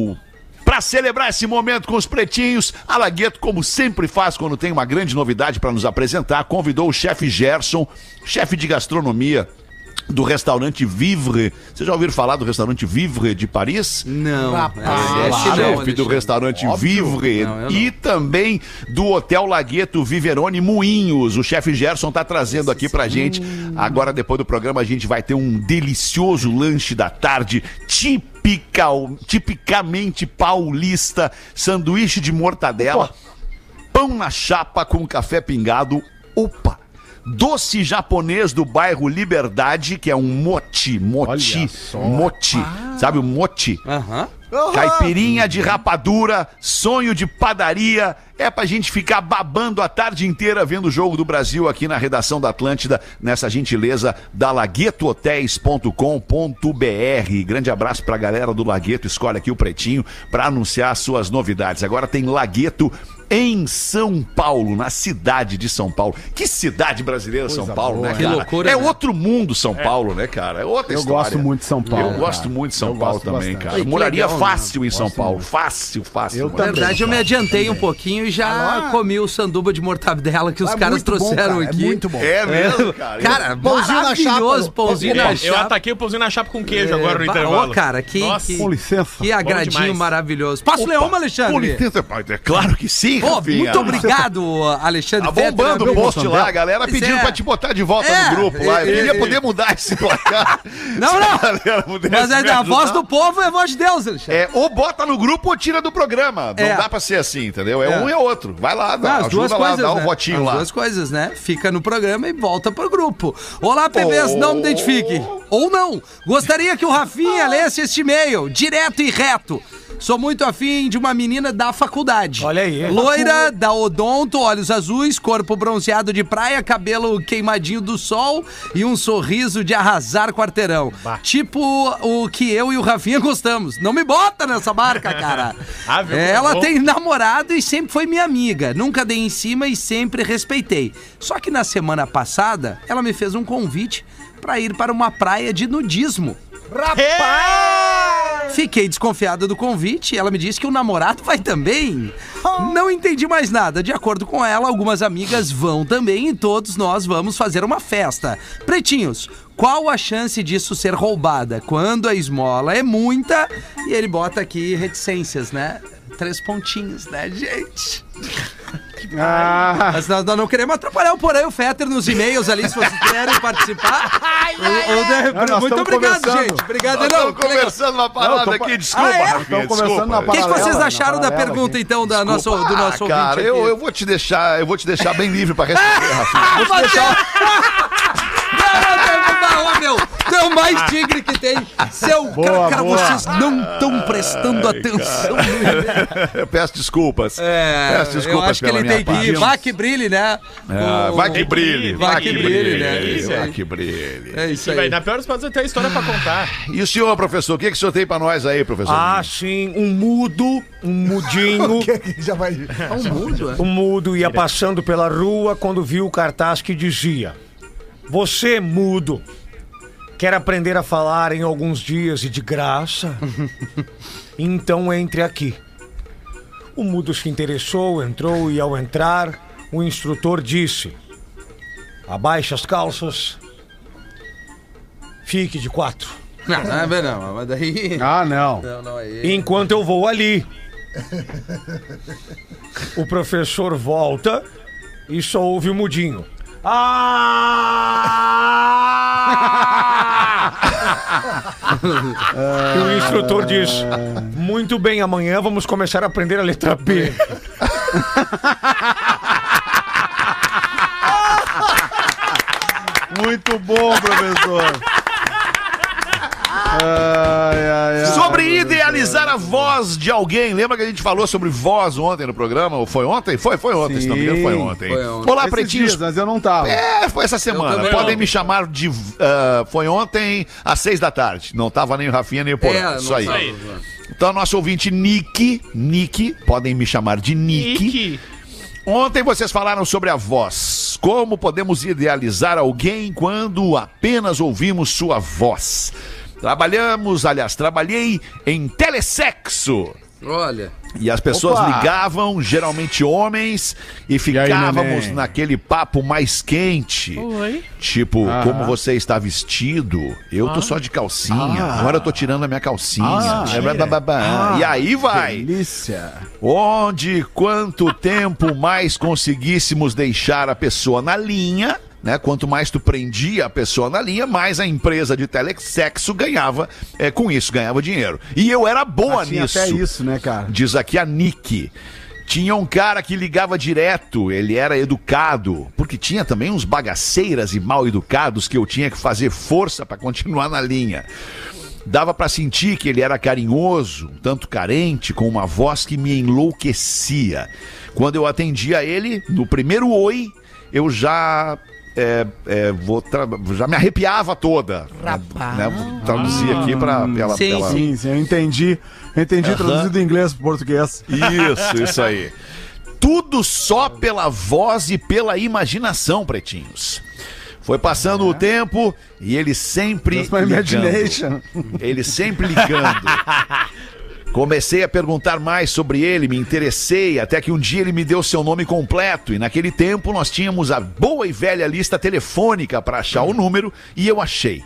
[SPEAKER 2] Para celebrar esse momento com os pretinhos, a Lagueto, como sempre faz quando tem uma grande novidade para nos apresentar, convidou o chefe Gerson, chefe de gastronomia do restaurante Vivre. Vocês já ouviram falar do restaurante Vivre de Paris?
[SPEAKER 6] Não.
[SPEAKER 2] Ele é
[SPEAKER 6] esse não,
[SPEAKER 2] chefe do
[SPEAKER 6] Alexandre.
[SPEAKER 2] restaurante Vivre
[SPEAKER 6] Não, eu não.
[SPEAKER 2] e também do Hotel Lagueto Viverone Moinhos. O chefe Gerson tá trazendo aqui pra gente. Agora, depois do programa, a gente vai ter um delicioso lanche da tarde, tipical, tipicamente paulista, sanduíche de mortadela pão na chapa com café pingado, opa! Doce japonês do bairro Liberdade, que é um mochi, mochi, mochi,
[SPEAKER 6] Ah.
[SPEAKER 2] sabe o mochi?
[SPEAKER 6] Aham.
[SPEAKER 2] Caipirinha de rapadura, sonho de padaria, é pra gente ficar babando a tarde inteira vendo o jogo do Brasil aqui na redação da Atlântida, nessa gentileza da laguetohotels.com.br. Grande abraço pra galera do Lagueto, escolhe aqui o Pretinho pra anunciar suas novidades. Agora tem Lagueto em São Paulo, na cidade de São Paulo. Que cidade brasileira São Paulo, né,
[SPEAKER 6] Que
[SPEAKER 2] cara?
[SPEAKER 6] loucura,
[SPEAKER 2] é
[SPEAKER 6] né?
[SPEAKER 2] outro mundo São Paulo, né, cara? É outra
[SPEAKER 7] Eu
[SPEAKER 2] história.
[SPEAKER 7] gosto muito de São Paulo.
[SPEAKER 2] Eu
[SPEAKER 7] cara.
[SPEAKER 2] gosto muito de São
[SPEAKER 7] Eu
[SPEAKER 2] Paulo
[SPEAKER 7] gosto
[SPEAKER 2] também,
[SPEAKER 7] bastante.
[SPEAKER 2] cara.
[SPEAKER 6] Ai, que
[SPEAKER 2] Moraria
[SPEAKER 6] legal, né?
[SPEAKER 2] fácil em São Paulo. Fácil, fácil.
[SPEAKER 7] Eu
[SPEAKER 6] Na
[SPEAKER 2] moraria.
[SPEAKER 7] também.
[SPEAKER 6] verdade, eu me adiantei um pouquinho e já comi o sanduba de mortadela que os
[SPEAKER 9] É
[SPEAKER 6] caras
[SPEAKER 9] muito bom,
[SPEAKER 6] trouxeram
[SPEAKER 9] cara, é
[SPEAKER 6] aqui.
[SPEAKER 9] muito bom.
[SPEAKER 2] É mesmo, cara.
[SPEAKER 6] Cara,
[SPEAKER 9] Pãozinho na chapa,
[SPEAKER 6] maravilhoso,
[SPEAKER 9] né?
[SPEAKER 6] pãozinho
[SPEAKER 1] Pô,
[SPEAKER 6] na
[SPEAKER 1] eu
[SPEAKER 6] chapa.
[SPEAKER 1] ataquei o pãozinho na chapa com queijo agora no
[SPEAKER 6] bah,
[SPEAKER 1] intervalo.
[SPEAKER 6] ô, cara, que-
[SPEAKER 1] Nossa.
[SPEAKER 6] que-
[SPEAKER 7] Com licença.
[SPEAKER 6] Que agradinho
[SPEAKER 1] demais.
[SPEAKER 6] maravilhoso. Passa o Leão,
[SPEAKER 2] Com
[SPEAKER 6] Alexandre.
[SPEAKER 2] licença, pai. É claro que sim,
[SPEAKER 6] Ô,
[SPEAKER 2] Rafinha.
[SPEAKER 6] muito obrigado, Tá Alexandre.
[SPEAKER 2] Tá
[SPEAKER 6] Fetter,
[SPEAKER 2] bombando o
[SPEAKER 6] amigo
[SPEAKER 2] post
[SPEAKER 6] São
[SPEAKER 2] lá, a
[SPEAKER 6] Belo.
[SPEAKER 2] galera
[SPEAKER 6] Pois
[SPEAKER 2] pedindo
[SPEAKER 6] é.
[SPEAKER 2] pra te botar de volta
[SPEAKER 6] É,
[SPEAKER 2] no grupo lá. Eu
[SPEAKER 6] é,
[SPEAKER 2] queria
[SPEAKER 6] é.
[SPEAKER 2] poder mudar esse placar.
[SPEAKER 6] (laughs) Não,
[SPEAKER 2] Se a (laughs)
[SPEAKER 6] não.
[SPEAKER 2] galera pudesse
[SPEAKER 6] Mas é
[SPEAKER 2] me
[SPEAKER 6] da
[SPEAKER 2] ajudar.
[SPEAKER 6] voz do povo, é a voz de Deus, Alexandre.
[SPEAKER 2] É, ou bota no grupo ou tira do programa. Não
[SPEAKER 6] É.
[SPEAKER 2] dá pra ser assim, entendeu? É,
[SPEAKER 6] É.
[SPEAKER 2] um e outro. Vai lá, dá,
[SPEAKER 6] Ah, as
[SPEAKER 2] ajuda
[SPEAKER 6] duas
[SPEAKER 2] lá,
[SPEAKER 6] coisas,
[SPEAKER 2] dá o
[SPEAKER 6] né?
[SPEAKER 2] votinho
[SPEAKER 6] As
[SPEAKER 2] lá.
[SPEAKER 6] duas coisas, né? Fica no programa e volta pro grupo. Olá, PBs,
[SPEAKER 2] Oh.
[SPEAKER 6] não me identifique. Ou não. Gostaria que o Rafinha
[SPEAKER 2] Oh.
[SPEAKER 6] lesse este e-mail, direto e reto. Sou muito afim de uma menina da faculdade.
[SPEAKER 5] Olha aí.
[SPEAKER 6] Loira, da odonto, olhos azuis, corpo bronzeado de praia, cabelo queimadinho do sol e um sorriso de arrasar quarteirão. Tipo o que eu e o Rafinha gostamos. Não me bota nessa
[SPEAKER 2] (laughs)
[SPEAKER 6] marca, cara.
[SPEAKER 1] Ah, viu?
[SPEAKER 6] É, ela
[SPEAKER 1] Bom.
[SPEAKER 6] tem namorado e sempre foi minha amiga. Nunca dei em cima e sempre respeitei. Só que na semana passada, ela me fez um convite pra ir para uma praia de nudismo. Fiquei desconfiada do convite e ela me disse que o namorado vai também. Não entendi mais nada. De acordo com ela, algumas amigas vão também e todos nós vamos fazer uma festa. Pretinhos, qual a chance disso ser roubada? Quando a esmola é muita e ele bota aqui reticências, né? Três pontinhos, né, gente?
[SPEAKER 7] Ah,
[SPEAKER 6] Mas nós, nós não queremos atrapalhar o Porém o Fetter nos e-mails ali, se vocês quiserem participar.
[SPEAKER 7] (laughs)
[SPEAKER 6] Ou- ou de-
[SPEAKER 7] Não, nós
[SPEAKER 6] Muito
[SPEAKER 7] estamos
[SPEAKER 6] obrigado,
[SPEAKER 7] conversando.
[SPEAKER 6] gente. Obrigado,
[SPEAKER 2] Nós
[SPEAKER 6] não.
[SPEAKER 2] estamos conversando uma parada
[SPEAKER 7] Não, tô-
[SPEAKER 2] aqui, desculpa,
[SPEAKER 6] Ah, é?
[SPEAKER 2] Rafinha,
[SPEAKER 7] Estamos conversando
[SPEAKER 2] desculpa.
[SPEAKER 7] na
[SPEAKER 6] O que, que vocês
[SPEAKER 7] Paralela,
[SPEAKER 6] acharam da
[SPEAKER 7] paralela,
[SPEAKER 6] pergunta, então, da nosso,
[SPEAKER 2] né? Desculpa.
[SPEAKER 6] do nosso
[SPEAKER 2] Ah, cara,
[SPEAKER 6] ouvinte
[SPEAKER 2] eu,
[SPEAKER 6] aqui?
[SPEAKER 2] eu vou te deixar, eu vou te deixar bem livre pra
[SPEAKER 6] (laughs)
[SPEAKER 2] responder, Rafinha.
[SPEAKER 6] Ah, vou Não, meu! Tu é o mais tigre que tem! Seu
[SPEAKER 7] Boa,
[SPEAKER 6] cara,
[SPEAKER 7] boa.
[SPEAKER 6] vocês não estão prestando atenção no
[SPEAKER 2] Eu peço desculpas.
[SPEAKER 6] É,
[SPEAKER 2] peço
[SPEAKER 6] eu
[SPEAKER 2] desculpas
[SPEAKER 6] acho que
[SPEAKER 2] pela
[SPEAKER 6] ele
[SPEAKER 2] minha
[SPEAKER 6] tem que ir.
[SPEAKER 2] parte.
[SPEAKER 6] Vá que brilhe, né?
[SPEAKER 2] Ah,
[SPEAKER 6] Com-
[SPEAKER 2] vai que brilhe,
[SPEAKER 1] Vai que
[SPEAKER 6] brilhe, né? Isso
[SPEAKER 2] Vai
[SPEAKER 6] aí.
[SPEAKER 2] que brilhe.
[SPEAKER 6] É isso
[SPEAKER 1] Que vai
[SPEAKER 6] aí.
[SPEAKER 1] dar pior dos pode ter história pra contar.
[SPEAKER 2] E o senhor, professor, o que, que o senhor tem pra nós aí, professor?
[SPEAKER 5] Ah, sim, um mudo, um mudinho.
[SPEAKER 9] Já vai.
[SPEAKER 6] É um mundo, é?
[SPEAKER 5] O mudo ia passando pela rua quando viu o cartaz que dizia: Você, é mudo, quer aprender a falar em alguns dias e de graça? então entre aqui. O mudo se interessou, entrou e ao entrar, o instrutor disse: Abaixe as calças, fique de quatro.
[SPEAKER 6] Não, não é bem não, mas daí.
[SPEAKER 7] ah, não.
[SPEAKER 6] Não, não, aí.
[SPEAKER 5] Enquanto eu vou
[SPEAKER 1] (laughs)
[SPEAKER 5] ali. O professor volta e só ouve o mudinho. Ah! (laughs) e o instrutor diz: Muito bem, amanhã vamos começar a aprender a letra B.
[SPEAKER 7] Muito bom,
[SPEAKER 9] (laughs)
[SPEAKER 7] professor. Ai,
[SPEAKER 6] é
[SPEAKER 7] ai, ai.
[SPEAKER 2] Sobre idealizar a voz de alguém. Lembra que a gente falou sobre voz ontem no programa? Ou foi ontem? Foi, foi ontem, se não me engano, foi
[SPEAKER 7] Sim,
[SPEAKER 2] ontem.
[SPEAKER 6] foi ontem.
[SPEAKER 2] Olá,
[SPEAKER 7] Esses
[SPEAKER 2] pretinhos.
[SPEAKER 7] dias, mas eu não tava.
[SPEAKER 2] É, foi essa semana.
[SPEAKER 6] também
[SPEAKER 2] Podem
[SPEAKER 6] não.
[SPEAKER 2] me chamar de. ah, foi ontem às seis da tarde. Não tava nem o Rafinha nem o Porã.
[SPEAKER 6] É, não
[SPEAKER 2] Isso aí.
[SPEAKER 6] sabe.
[SPEAKER 2] Então, nosso ouvinte Nick. Nick, podem me chamar de Nick.
[SPEAKER 1] Ike.
[SPEAKER 2] Ontem vocês falaram sobre a voz. Como podemos idealizar alguém quando apenas ouvimos sua voz? Trabalhamos, aliás, trabalhei em telesexo.
[SPEAKER 6] Olha.
[SPEAKER 2] E as pessoas
[SPEAKER 7] Opa!
[SPEAKER 2] ligavam, geralmente homens, e ficávamos
[SPEAKER 7] neném?
[SPEAKER 2] naquele papo mais quente.
[SPEAKER 1] Oi.
[SPEAKER 2] Tipo, como você está vestido? Eu
[SPEAKER 7] Ah.
[SPEAKER 2] tô só de calcinha. Agora eu tô tirando a minha calcinha. É, blá, blá, blá, blá. e aí
[SPEAKER 7] Ah,
[SPEAKER 2] vai.
[SPEAKER 7] Delícia.
[SPEAKER 2] Onde, quanto tempo mais conseguíssemos deixar a pessoa na linha, né? Quanto mais tu prendia a pessoa na linha, mais a empresa de telesexo ganhava, é, com isso ganhava dinheiro. E eu era boa
[SPEAKER 7] Ah, tinha
[SPEAKER 2] nisso.
[SPEAKER 7] até isso, né, cara?
[SPEAKER 2] Diz aqui a Nick. Tinha um cara que ligava direto, ele era educado, porque tinha também uns bagaceiras e mal educados que eu tinha que fazer força pra continuar na linha. Dava pra sentir que ele era carinhoso, um tanto carente, com uma voz que me enlouquecia. Quando eu atendia ele, no primeiro oi, eu já é, é, vou tra- já me arrepiava toda. Rapaz. Né? Traduzir aqui pra ela.
[SPEAKER 6] Sim,
[SPEAKER 2] ela...
[SPEAKER 7] Sim, sim, eu entendi. Eu entendi
[SPEAKER 2] Aham.
[SPEAKER 7] traduzido em inglês pro português.
[SPEAKER 2] Isso, isso aí. Tudo só pela voz e pela imaginação, pretinhos. Foi passando o tempo e ele sempre.
[SPEAKER 7] That's my
[SPEAKER 2] ligando.
[SPEAKER 7] imagination.
[SPEAKER 2] Ele sempre ligando. Comecei a perguntar mais sobre ele, me interessei, até que um dia ele me deu seu nome completo. E naquele tempo nós tínhamos a boa e velha lista telefônica para achar o número, e eu achei.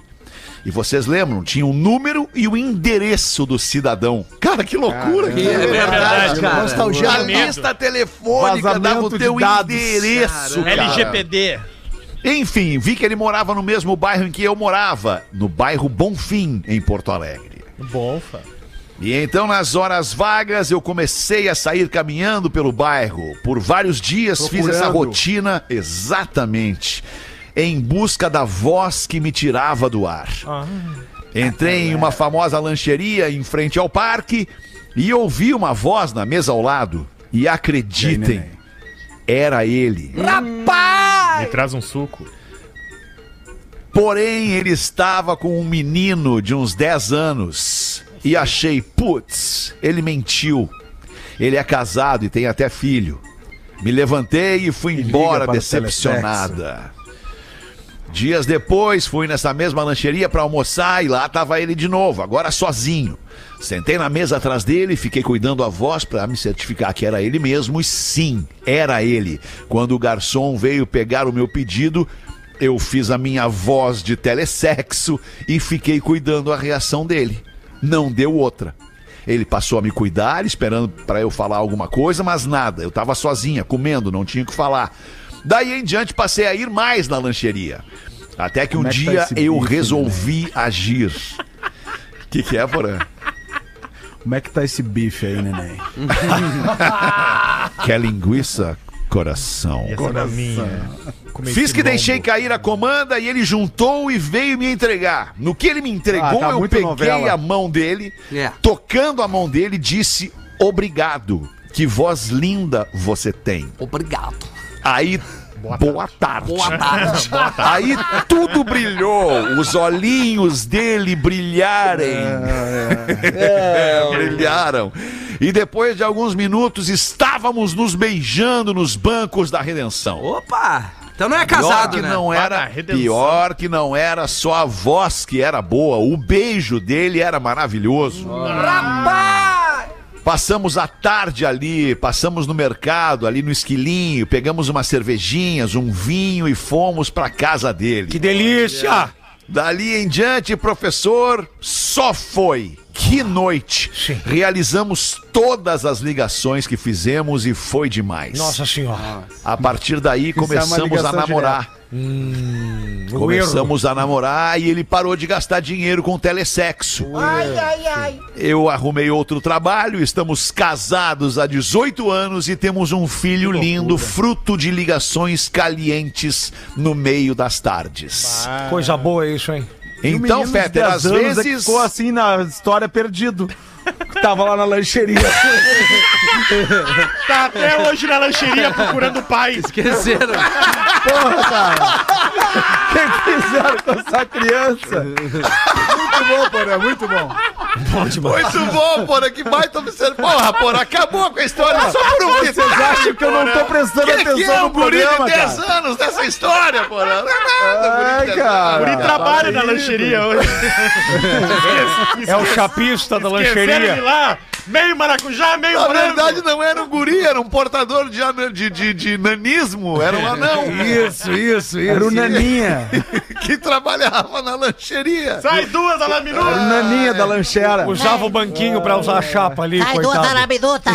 [SPEAKER 2] E vocês lembram? Tinha o número e o endereço do cidadão. Cara, que loucura! que
[SPEAKER 6] é verdade, cara.
[SPEAKER 9] Nostalgia.
[SPEAKER 1] Tá
[SPEAKER 2] a
[SPEAKER 1] medo.
[SPEAKER 2] lista telefônica
[SPEAKER 7] Vazamento
[SPEAKER 2] dava o
[SPEAKER 7] de
[SPEAKER 2] teu
[SPEAKER 7] dados.
[SPEAKER 2] endereço, cara.
[SPEAKER 1] LGPD.
[SPEAKER 2] Enfim, vi que ele morava no mesmo bairro em que eu morava, no bairro Bonfim, em Porto Alegre.
[SPEAKER 1] Bonfa.
[SPEAKER 2] E então, nas horas vagas, eu comecei a sair caminhando pelo bairro. Por vários dias fiz essa
[SPEAKER 7] Procurando.
[SPEAKER 2] rotina exatamente em busca da voz que me tirava do ar. Entrei em uma famosa lancheria em frente ao parque e ouvi uma voz na mesa ao lado. E acreditem, era ele.
[SPEAKER 1] Me traz um suco.
[SPEAKER 2] Porém, ele estava com um menino de uns 10 anos. E achei, putz, ele mentiu. Ele é casado e tem até filho. Me levantei e fui embora
[SPEAKER 7] para o
[SPEAKER 2] decepcionada. Dias depois, fui nessa mesma lancheria para almoçar e lá estava ele de novo, agora sozinho. Sentei na mesa atrás dele, fiquei cuidando a voz para me certificar que era ele mesmo e sim, era ele. Quando o garçom veio pegar o meu pedido, eu fiz a minha voz de telessexo e fiquei cuidando a reação dele. Não deu outra. Ele passou a me cuidar, esperando pra eu falar alguma coisa, mas nada. Eu tava sozinha, comendo, não tinha o que falar. Daí em diante passei a ir mais na lancheria. Até que um
[SPEAKER 7] Como é que tá
[SPEAKER 2] dia
[SPEAKER 7] esse
[SPEAKER 2] eu
[SPEAKER 7] bife,
[SPEAKER 2] resolvi
[SPEAKER 7] (laughs)
[SPEAKER 2] agir. O que, que é, Porã?
[SPEAKER 7] Como é que tá esse bife aí, neném?
[SPEAKER 2] Quer é linguiça? Coração.
[SPEAKER 1] Essa é minha.
[SPEAKER 2] Fiz que deixei cair a comanda e ele juntou e veio me entregar. No que ele me entregou,
[SPEAKER 7] Ah, tá
[SPEAKER 2] eu
[SPEAKER 7] muito
[SPEAKER 2] peguei
[SPEAKER 7] novela.
[SPEAKER 2] a mão dele,
[SPEAKER 6] É.
[SPEAKER 2] tocando a mão dele, disse obrigado. Que voz linda você tem.
[SPEAKER 6] Obrigado.
[SPEAKER 2] Aí. Boa, tarde.
[SPEAKER 6] Boa tarde.
[SPEAKER 2] Aí tudo brilhou. Os olhinhos dele brilharem. (laughs) É, brilharam. E depois de alguns minutos, estávamos nos beijando nos bancos da redenção.
[SPEAKER 6] Opa! Então não é
[SPEAKER 2] Pior
[SPEAKER 6] casado,
[SPEAKER 2] que
[SPEAKER 6] né?
[SPEAKER 2] não
[SPEAKER 1] Ah,
[SPEAKER 2] era,
[SPEAKER 1] redenção.
[SPEAKER 2] pior que não era só a voz que era boa, o beijo dele era maravilhoso. Passamos a tarde ali, passamos no mercado, ali no esquilinho, pegamos umas cervejinhas, um vinho e fomos pra casa dele.
[SPEAKER 5] Que delícia!
[SPEAKER 2] Dali em diante, professor, só foi. Que noite! Realizamos todas as ligações que fizemos e foi demais.
[SPEAKER 5] Nossa
[SPEAKER 1] Ah,
[SPEAKER 5] senhora.
[SPEAKER 2] A partir daí começamos a
[SPEAKER 7] ligação
[SPEAKER 2] namorar.
[SPEAKER 5] o
[SPEAKER 2] Começamos a namorar e ele parou de gastar dinheiro com telessexo.
[SPEAKER 8] Ai, ai, ai.
[SPEAKER 2] Eu arrumei outro trabalho, estamos casados há 18 anos e temos um filho lindo, fruto de ligações calientes no meio das tardes.
[SPEAKER 5] erro. Coisa boa isso, hein?
[SPEAKER 2] Então, Fetter, às
[SPEAKER 8] é
[SPEAKER 2] vezes.
[SPEAKER 7] ficou assim na história perdido. Que Tava lá na lancheria. (laughs)
[SPEAKER 1] Tá até hoje na lancheria
[SPEAKER 8] (laughs)
[SPEAKER 1] procurando o pai.
[SPEAKER 2] (laughs)
[SPEAKER 6] Esqueceram.
[SPEAKER 7] Porra, cara. tá O que que fizeram com essa criança? Muito bom, Porã, muito bom.
[SPEAKER 2] Muito bom, porra, que baita observação. Porra, porra, acabou com a história só por um
[SPEAKER 7] Vocês acham que eu não tô prestando
[SPEAKER 2] que,
[SPEAKER 7] atenção
[SPEAKER 2] que é
[SPEAKER 7] no
[SPEAKER 2] um guri
[SPEAKER 7] programa,
[SPEAKER 2] de 10
[SPEAKER 7] cara?
[SPEAKER 2] anos dessa história, porra? Não é nada,
[SPEAKER 7] Ai,
[SPEAKER 2] guri de 10
[SPEAKER 7] cara.
[SPEAKER 2] anos.
[SPEAKER 1] Guri trabalha na lancheria hoje.
[SPEAKER 5] É o chapista da
[SPEAKER 1] Esqueceram de
[SPEAKER 5] lancheria.
[SPEAKER 1] lá. Meio maracujá, meio
[SPEAKER 2] Na
[SPEAKER 1] branco.
[SPEAKER 2] verdade, não era um guri, era um portador de, ana- de, de, de nanismo, era um (laughs) anão
[SPEAKER 6] Isso, isso, isso.
[SPEAKER 2] um
[SPEAKER 7] Era o Naninha.
[SPEAKER 2] (laughs) que trabalhava na lancheria.
[SPEAKER 1] Sai duas a
[SPEAKER 7] Era o
[SPEAKER 1] laminuta.
[SPEAKER 7] Naninha da lanchera.
[SPEAKER 5] Usava o banquinho pra usar a chapa ali,
[SPEAKER 10] Sai duas
[SPEAKER 5] coitado.
[SPEAKER 10] arabidutas.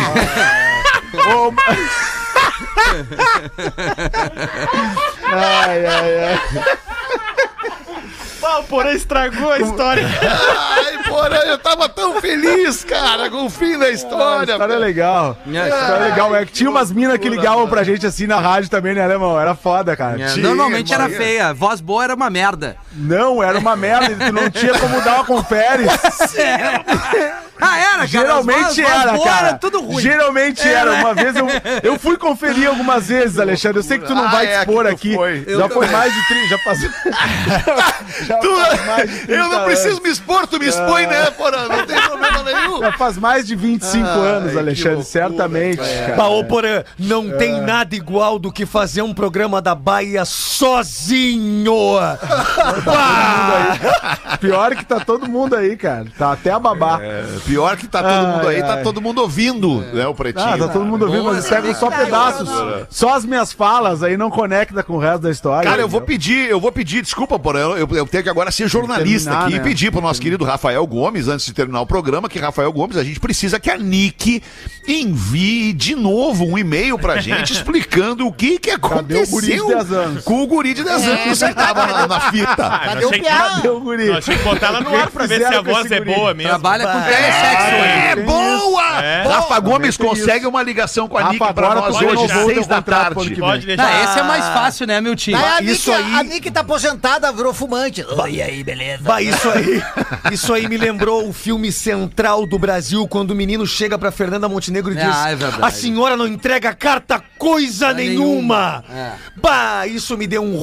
[SPEAKER 7] Ai, ai, ai.
[SPEAKER 1] Pau, porém, estragou a história.
[SPEAKER 2] Ai, porra, eu tava tão feliz, cara, com o fim da Ah, história.
[SPEAKER 7] História
[SPEAKER 2] velho.
[SPEAKER 7] é legal. História legal. É que tinha umas minas que ligavam pra gente assim na rádio também, né, alemão? Era foda, cara.
[SPEAKER 6] É,
[SPEAKER 7] Tinha-
[SPEAKER 6] Normalmente era feia, voz boa era uma merda.
[SPEAKER 7] Não, era uma merda. e Tu não tinha como dar uma confere.
[SPEAKER 2] (laughs)
[SPEAKER 6] Ah, era, cara. as vozes-
[SPEAKER 7] Geralmente
[SPEAKER 6] voz
[SPEAKER 7] era,
[SPEAKER 6] boa
[SPEAKER 7] cara.
[SPEAKER 6] Era tudo ruim.
[SPEAKER 7] Geralmente
[SPEAKER 2] É,
[SPEAKER 7] era.
[SPEAKER 2] né?
[SPEAKER 7] Uma vez eu, eu fui conferir algumas vezes, Alexandre. Eu sei que tu não
[SPEAKER 2] Ah,
[SPEAKER 7] vai
[SPEAKER 2] é,
[SPEAKER 7] te expor
[SPEAKER 2] que tu
[SPEAKER 7] aqui.
[SPEAKER 2] foi.
[SPEAKER 7] Já foi mais de 30. Já
[SPEAKER 2] (laughs)
[SPEAKER 7] passou. já
[SPEAKER 2] Tu-
[SPEAKER 7] faz mais de 30
[SPEAKER 2] eu não
[SPEAKER 7] anos.
[SPEAKER 2] preciso me expor, tu me expõe, né, porra? Não tem problema nenhum.
[SPEAKER 7] Já faz mais de 25 anos, Alexandre, certamente. cara.
[SPEAKER 5] Baô Porã, não tem nada igual do que fazer um programa da Bahia sozinho.
[SPEAKER 7] Tá
[SPEAKER 2] Ah!
[SPEAKER 7] Pior que tá todo mundo aí, cara. Tá até a babá.
[SPEAKER 2] Pior que tá todo mundo aí, tá
[SPEAKER 7] ai.
[SPEAKER 2] todo mundo ouvindo, né, o Pretinho.
[SPEAKER 7] Ah, tá todo mundo ouvindo, mas pegam só pedaços. Só as minhas falas aí não conecta com o resto da
[SPEAKER 2] né?
[SPEAKER 7] história.
[SPEAKER 2] Cara, eu vou
[SPEAKER 7] entendeu?
[SPEAKER 2] pedir, eu vou pedir, desculpa, porra, eu, eu- eu tenho que agora ser jornalista
[SPEAKER 7] Terminar,
[SPEAKER 2] aqui
[SPEAKER 7] né?
[SPEAKER 2] e pedir pro nosso querido Rafael Gomes, antes de terminar o programa, que Rafael Gomes, a gente precisa que a Nick envie de novo um e-mail pra
[SPEAKER 7] (laughs)
[SPEAKER 2] gente explicando o que que
[SPEAKER 7] Cadê
[SPEAKER 2] aconteceu
[SPEAKER 7] o guri de 10 anos? É.
[SPEAKER 2] com o guri de 10 anos que tava na, na fita.
[SPEAKER 10] Cadê o
[SPEAKER 1] achei que-
[SPEAKER 10] piá?
[SPEAKER 7] (laughs) Cadê o guri?
[SPEAKER 1] Nós tinha que botar ela no
[SPEAKER 7] O que
[SPEAKER 1] ar pra ver se
[SPEAKER 7] fizeram
[SPEAKER 1] a
[SPEAKER 7] com
[SPEAKER 1] voz
[SPEAKER 7] esse
[SPEAKER 1] é
[SPEAKER 7] guri?
[SPEAKER 1] boa mesmo.
[SPEAKER 6] Trabalha com telesexo.
[SPEAKER 2] É,
[SPEAKER 7] tem
[SPEAKER 2] boa!
[SPEAKER 1] É.
[SPEAKER 2] Rafa Gomes
[SPEAKER 7] tem
[SPEAKER 2] consegue uma ligação com a
[SPEAKER 7] Rafa,
[SPEAKER 2] Nick pra
[SPEAKER 7] agora
[SPEAKER 2] nós
[SPEAKER 7] tu
[SPEAKER 2] hoje,
[SPEAKER 1] renovou o
[SPEAKER 2] seis
[SPEAKER 7] teu
[SPEAKER 2] da
[SPEAKER 7] contrato pro ano
[SPEAKER 2] tarde.
[SPEAKER 7] que
[SPEAKER 1] Pode
[SPEAKER 6] Não,
[SPEAKER 1] deixar.
[SPEAKER 6] esse é mais fácil, né, meu time?
[SPEAKER 8] Aí É a
[SPEAKER 5] Isso
[SPEAKER 8] Nick,
[SPEAKER 5] aí-
[SPEAKER 8] a Nick tá aposentada, virou fumante. Oi, aí, beleza?
[SPEAKER 5] Bah, isso aí, isso aí me lembrou o filme Central do Brasil, quando o menino chega pra Fernanda Montenegro e diz:
[SPEAKER 6] Ah, é verdade.
[SPEAKER 5] A senhora não entrega carta coisa nenhuma.
[SPEAKER 6] nenhuma. É.
[SPEAKER 5] Bah, isso me deu um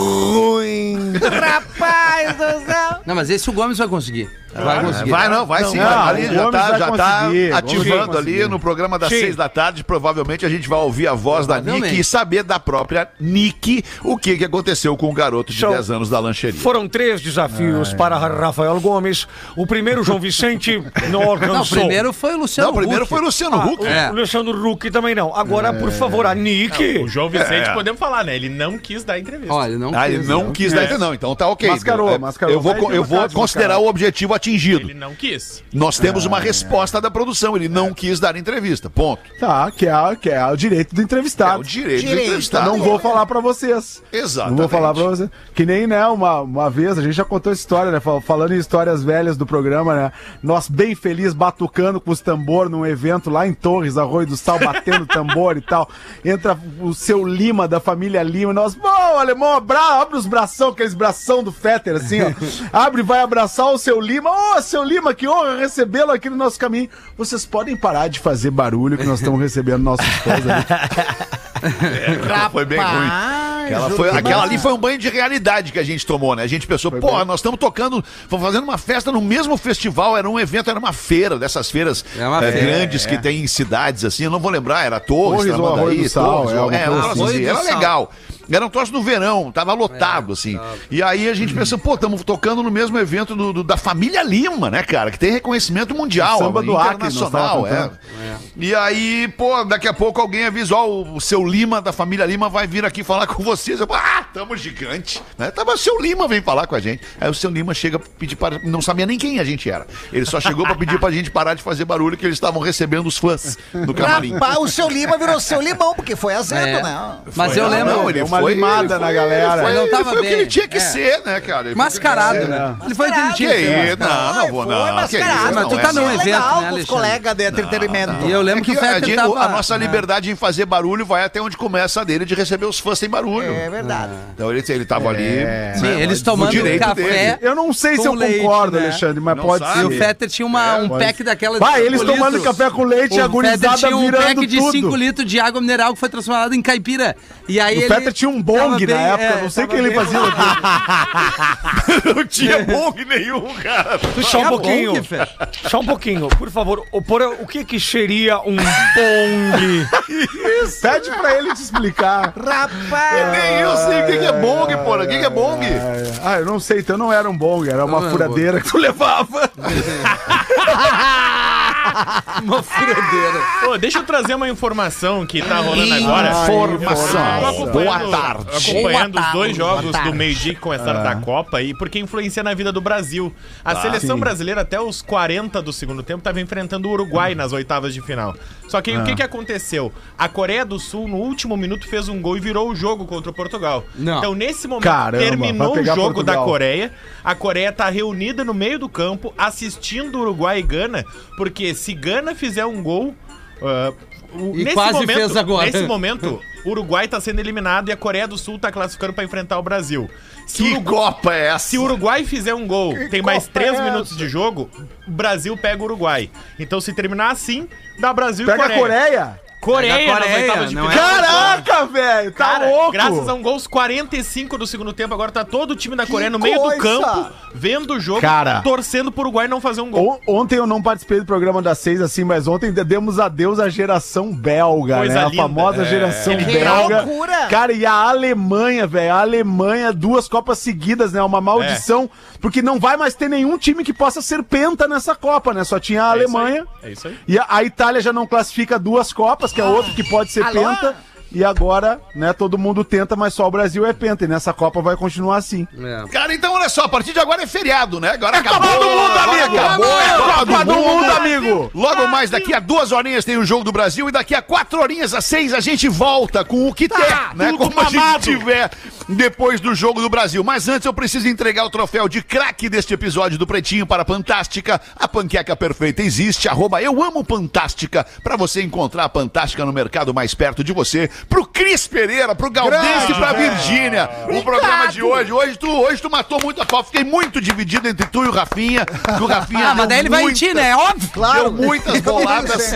[SPEAKER 5] ruim.
[SPEAKER 8] Rapaz do céu.
[SPEAKER 6] Não, mas esse o Gomes vai conseguir. Vai conseguir.
[SPEAKER 2] Vai não, vai sim.
[SPEAKER 7] não,
[SPEAKER 2] vai,
[SPEAKER 7] o
[SPEAKER 2] ali, já
[SPEAKER 7] Gomes
[SPEAKER 2] tá,
[SPEAKER 7] vai
[SPEAKER 2] já tá
[SPEAKER 7] conseguir, o Gomes vai
[SPEAKER 2] ativando
[SPEAKER 7] conseguir.
[SPEAKER 2] ali no programa das
[SPEAKER 5] Sim.
[SPEAKER 2] seis da tarde. Provavelmente a gente vai ouvir a voz da Nick
[SPEAKER 6] Provavelmente.
[SPEAKER 2] e saber da própria Nick o que, que aconteceu com o garoto de
[SPEAKER 5] Show.
[SPEAKER 2] 10 anos da lancheria.
[SPEAKER 5] Foram três desafios para Rafael Gomes. O primeiro, João Vicente, não alcançou.
[SPEAKER 6] Não, o primeiro foi o Luciano
[SPEAKER 2] Não, primeiro
[SPEAKER 6] Huck.
[SPEAKER 2] foi o Luciano
[SPEAKER 7] Ah,
[SPEAKER 2] Huck.
[SPEAKER 6] É.
[SPEAKER 5] O Luciano Huck também não. Agora, por favor, a Nick.
[SPEAKER 1] O João Vicente,
[SPEAKER 2] É.
[SPEAKER 1] podemos falar, né? Ele não quis dar entrevista.
[SPEAKER 6] Olha, não
[SPEAKER 2] Ah, ele
[SPEAKER 6] quis,
[SPEAKER 2] não quis dar, não, então tá ok.
[SPEAKER 7] É. Mascarou,
[SPEAKER 2] É,
[SPEAKER 7] mascarou.
[SPEAKER 2] Eu vou,
[SPEAKER 7] Vai
[SPEAKER 2] co-
[SPEAKER 7] ter
[SPEAKER 2] eu
[SPEAKER 7] uma
[SPEAKER 2] vou
[SPEAKER 7] casa
[SPEAKER 2] considerar
[SPEAKER 7] mascarada.
[SPEAKER 2] o objetivo atingido.
[SPEAKER 1] Ele não quis.
[SPEAKER 2] Nós temos
[SPEAKER 7] Ah.
[SPEAKER 2] uma resposta da produção. Ele não quis dar entrevista. Ponto.
[SPEAKER 7] Tá, que é, que é o direito do
[SPEAKER 2] É
[SPEAKER 7] entrevistado.
[SPEAKER 2] o direito de
[SPEAKER 8] Direito,
[SPEAKER 2] entrevistar.
[SPEAKER 7] Não vou falar pra vocês.
[SPEAKER 2] Exatamente.
[SPEAKER 7] Não vou falar pra vocês. Que nem, né, uma, uma vez, a gente já contou história, né? fal- Falando em histórias velhas do programa, né? Nós bem feliz batucando com os tambor num evento lá em Torres, Arroio do Sal, batendo (laughs) tambor e tal. Entra o seu Lima, da família Lima. Nós, pô, alemão, abra, abre os bração, aqueles bração do Fetter, assim, ó. Abre e vai abraçar o seu Lima. Ô, seu Lima, que honra recebê-lo aqui no nosso caminho. Vocês podem parar de fazer barulho que nós estamos recebendo nossos fãs ali.
[SPEAKER 2] Foi bem ruim. Aquela, foi- aquela ali foi um banho de realidade que a gente tomou, né? A gente pensou, porra, nós estamos tocando, estamos fazendo uma festa no mesmo festival, era um evento, era uma feira, dessas feiras
[SPEAKER 6] É uma
[SPEAKER 2] eh,
[SPEAKER 6] feira,
[SPEAKER 2] grandes que tem em cidades, assim, eu não vou lembrar, era Torres,
[SPEAKER 7] Torres ou
[SPEAKER 2] Tramandaí,
[SPEAKER 7] Arroio do Sal,
[SPEAKER 2] Torres,
[SPEAKER 7] é,
[SPEAKER 2] ou-
[SPEAKER 7] alguma
[SPEAKER 2] é,
[SPEAKER 7] coisa
[SPEAKER 2] um troço
[SPEAKER 6] assim.
[SPEAKER 2] assim, era
[SPEAKER 6] Arroio do Sal. É,
[SPEAKER 2] legal. Era um troço no verão, tava lotado, assim. E aí a gente pensou, pô, estamos tocando no mesmo evento do- do- da família Lima, né, cara? Que tem reconhecimento mundial, é
[SPEAKER 7] Samba do Acre, nós tava
[SPEAKER 2] internacional, é.
[SPEAKER 7] cantando.
[SPEAKER 2] E aí, pô, daqui a pouco alguém avisa, ó, o seu Lima da família Lima vai vir aqui falar com vocês. Eu, ah, tamo gigante, né? Tava o seu Lima vem falar com a gente. Aí o seu Lima chega pedir para não sabia nem quem a gente era. Ele só chegou pra pedir pra gente parar de fazer barulho que eles estavam recebendo os fãs no camarim.
[SPEAKER 8] Rapaz, o seu Lima virou seu limão, porque foi azedo,
[SPEAKER 6] É.
[SPEAKER 8] né?
[SPEAKER 6] Mas eu
[SPEAKER 2] Ah,
[SPEAKER 6] lembro.
[SPEAKER 2] não,
[SPEAKER 7] deu uma limada na galera.
[SPEAKER 2] Foi,
[SPEAKER 6] Ele não
[SPEAKER 2] ele
[SPEAKER 6] tava
[SPEAKER 2] foi o que
[SPEAKER 6] bem.
[SPEAKER 2] ele tinha que
[SPEAKER 6] É.
[SPEAKER 2] ser, né, cara? Ele foi o que
[SPEAKER 6] Mascarado,
[SPEAKER 2] ele tinha que ser,
[SPEAKER 6] né? Ele foi
[SPEAKER 2] Que
[SPEAKER 6] inteligente.
[SPEAKER 9] É,
[SPEAKER 2] isso? Não, não
[SPEAKER 8] Foi,
[SPEAKER 2] vou
[SPEAKER 8] foi
[SPEAKER 2] não. Que
[SPEAKER 8] mascarado,
[SPEAKER 2] isso,
[SPEAKER 6] mas
[SPEAKER 2] não,
[SPEAKER 6] tu tá
[SPEAKER 2] essa-
[SPEAKER 6] num
[SPEAKER 8] Isso é
[SPEAKER 6] evento,
[SPEAKER 8] legal
[SPEAKER 6] né,
[SPEAKER 8] com os
[SPEAKER 6] Alexandre?
[SPEAKER 8] colegas de entretenimento.
[SPEAKER 6] E eu lembro que, o
[SPEAKER 2] É a,
[SPEAKER 6] Fetter
[SPEAKER 2] gente-
[SPEAKER 6] tava...
[SPEAKER 2] a nossa
[SPEAKER 6] né?
[SPEAKER 2] liberdade em fazer barulho vai até onde começa a dele de receber os fãs sem barulho.
[SPEAKER 8] É verdade.
[SPEAKER 2] Então ele, ele tava ali.
[SPEAKER 6] Sim,
[SPEAKER 2] né,
[SPEAKER 6] eles
[SPEAKER 2] no
[SPEAKER 6] É. tomando um
[SPEAKER 2] direito
[SPEAKER 6] café.
[SPEAKER 7] Eu não sei se
[SPEAKER 6] Com
[SPEAKER 7] eu
[SPEAKER 6] leite,
[SPEAKER 7] concordo,
[SPEAKER 6] né?
[SPEAKER 7] Alexandre, mas
[SPEAKER 2] Não
[SPEAKER 7] pode
[SPEAKER 2] sabe.
[SPEAKER 6] E
[SPEAKER 7] ser.
[SPEAKER 6] o Fetter tinha uma-
[SPEAKER 5] É,
[SPEAKER 6] um
[SPEAKER 7] pode
[SPEAKER 6] pack daquela... de
[SPEAKER 7] Vai,
[SPEAKER 6] cinco
[SPEAKER 7] eles tomando
[SPEAKER 6] litros.
[SPEAKER 7] café com leite e
[SPEAKER 6] O
[SPEAKER 7] a
[SPEAKER 6] Fetter
[SPEAKER 7] gurizada
[SPEAKER 6] tinha um
[SPEAKER 7] virando
[SPEAKER 6] pack de
[SPEAKER 7] tudo.
[SPEAKER 6] 5 litros de água mineral que foi transformado em caipira. E aí
[SPEAKER 7] O
[SPEAKER 6] ele...
[SPEAKER 7] Fetter tinha um bong
[SPEAKER 6] Tava bem,
[SPEAKER 7] na época,
[SPEAKER 6] é,
[SPEAKER 7] não sei o que
[SPEAKER 6] tava
[SPEAKER 7] ele
[SPEAKER 6] bem-
[SPEAKER 7] fazia.
[SPEAKER 2] Não
[SPEAKER 6] (laughs)
[SPEAKER 2] tinha é bong nenhum, cara.
[SPEAKER 5] Só um
[SPEAKER 6] Era bom,
[SPEAKER 5] pouquinho.
[SPEAKER 6] Kiffer.
[SPEAKER 5] Só um pouquinho, por favor. O, por, o que que seria um bong?
[SPEAKER 7] Pede pra ele te
[SPEAKER 6] (laughs)
[SPEAKER 7] explicar. É,
[SPEAKER 4] Rapaz!
[SPEAKER 2] Nem eu sei o que que é bong, porra. O que que é bong?
[SPEAKER 7] Ah, eu não sei, então não era um bong, era
[SPEAKER 6] Não
[SPEAKER 7] uma
[SPEAKER 6] era um
[SPEAKER 7] furadeira que tu (laughs) levava.
[SPEAKER 6] Uma furadeira.
[SPEAKER 1] (laughs) Pô, deixa eu trazer uma informação que tá rolando agora. Eu
[SPEAKER 2] Informação.
[SPEAKER 1] acompanhando-
[SPEAKER 2] Boa tarde.
[SPEAKER 1] Acompanhando
[SPEAKER 6] Boa
[SPEAKER 1] os dois
[SPEAKER 6] tarde.
[SPEAKER 1] jogos
[SPEAKER 6] Boa tarde.
[SPEAKER 1] do meio-dia que começaram da Copa e porque influencia na vida do Brasil. A seleção
[SPEAKER 7] Sim.
[SPEAKER 1] brasileira, até os 40 do segundo tempo, estava enfrentando o Uruguai nas oitavas de final. Só que aí, o que, que aconteceu? A Coreia do Sul, no último minuto, fez um gol e virou o jogo contra o Portugal.
[SPEAKER 6] Não.
[SPEAKER 1] Então, nesse momento,
[SPEAKER 7] Caramba,
[SPEAKER 1] terminou
[SPEAKER 7] vai
[SPEAKER 1] o
[SPEAKER 7] pegar
[SPEAKER 1] jogo da
[SPEAKER 7] Portugal.
[SPEAKER 1] Coreia. A Coreia tá reunida no meio do campo, assistindo Uruguai e Gana, porque se Gana fizer um gol. ah, o-
[SPEAKER 6] E quase fez agora. (laughs)
[SPEAKER 1] Nesse momento, o Uruguai tá sendo eliminado e a Coreia do Sul tá classificando pra enfrentar o Brasil. Se, o
[SPEAKER 2] Que
[SPEAKER 1] Urugu-
[SPEAKER 2] copa é essa?
[SPEAKER 1] se o Uruguai fizer um gol, tem mais
[SPEAKER 2] copa
[SPEAKER 1] três
[SPEAKER 2] é
[SPEAKER 1] minutos de jogo, o Brasil pega o Uruguai. Então, se terminar assim, dá Brasil
[SPEAKER 7] Pega
[SPEAKER 1] e
[SPEAKER 7] a Coreia.
[SPEAKER 1] Coreia.
[SPEAKER 6] Pega a
[SPEAKER 1] nas
[SPEAKER 6] Coreia,
[SPEAKER 1] oitavas de
[SPEAKER 6] não é?
[SPEAKER 1] final.
[SPEAKER 7] Caraca, velho, tá
[SPEAKER 1] um Cara,
[SPEAKER 7] louco.
[SPEAKER 1] graças a um gol aos 45 do segundo tempo, agora tá todo o time da Coreia no meio
[SPEAKER 7] coisa!
[SPEAKER 1] do campo, vendo o jogo,
[SPEAKER 7] Cara.
[SPEAKER 1] torcendo pro Uruguai não fazer um gol.
[SPEAKER 7] O- ontem eu não participei do programa das seis, assim, mas ontem demos adeus à geração belga,
[SPEAKER 1] Coisa
[SPEAKER 7] né? A
[SPEAKER 1] linda. É.
[SPEAKER 7] famosa geração
[SPEAKER 1] Que
[SPEAKER 7] belga.
[SPEAKER 4] loucura!
[SPEAKER 7] Cara, e a Alemanha, velho. A Alemanha, duas Copas seguidas, né? Uma maldição.
[SPEAKER 1] É.
[SPEAKER 7] Porque não vai mais ter nenhum time que possa ser penta nessa Copa, né? Só tinha a
[SPEAKER 1] É isso aí,
[SPEAKER 7] Alemanha.
[SPEAKER 1] É isso aí.
[SPEAKER 7] E a, a Itália já não classifica duas Copas, que é outro que pode ser
[SPEAKER 4] Ah! Alô?
[SPEAKER 7] penta. E agora, né, todo mundo tenta, mas só o Brasil é penta. E nessa Copa vai continuar assim.
[SPEAKER 6] É.
[SPEAKER 2] Cara, então olha só, a partir de agora é feriado, né? Agora acabou.
[SPEAKER 7] Copa do Mundo,
[SPEAKER 2] agora
[SPEAKER 7] amigo!
[SPEAKER 2] Acabou, é
[SPEAKER 7] Copa do Mundo, amigo!
[SPEAKER 2] Logo mais daqui a duas horinhas tem o jogo do Brasil e daqui a quatro horinhas às seis a gente volta com o que
[SPEAKER 7] Tá,
[SPEAKER 2] der, né? Como a gente tiver depois do jogo do Brasil. Mas antes eu preciso entregar o troféu de craque deste episódio do Pretinho para a Fantástica. A panqueca perfeita existe, arroba eu amo Fantástica, para você encontrar a Fantástica no mercado mais perto de você. Pro Cris Pereira, pro Galdense, pra Virgínia. O programa de hoje, hoje tu, hoje tu matou muito a pau. Fiquei muito dividido entre tu e o Rafinha. que O Rafinha
[SPEAKER 6] Ah,
[SPEAKER 2] deu
[SPEAKER 6] mas daí ele vai em
[SPEAKER 2] muita-
[SPEAKER 6] ti, né? Óbvio.
[SPEAKER 2] Deu muitas boladas.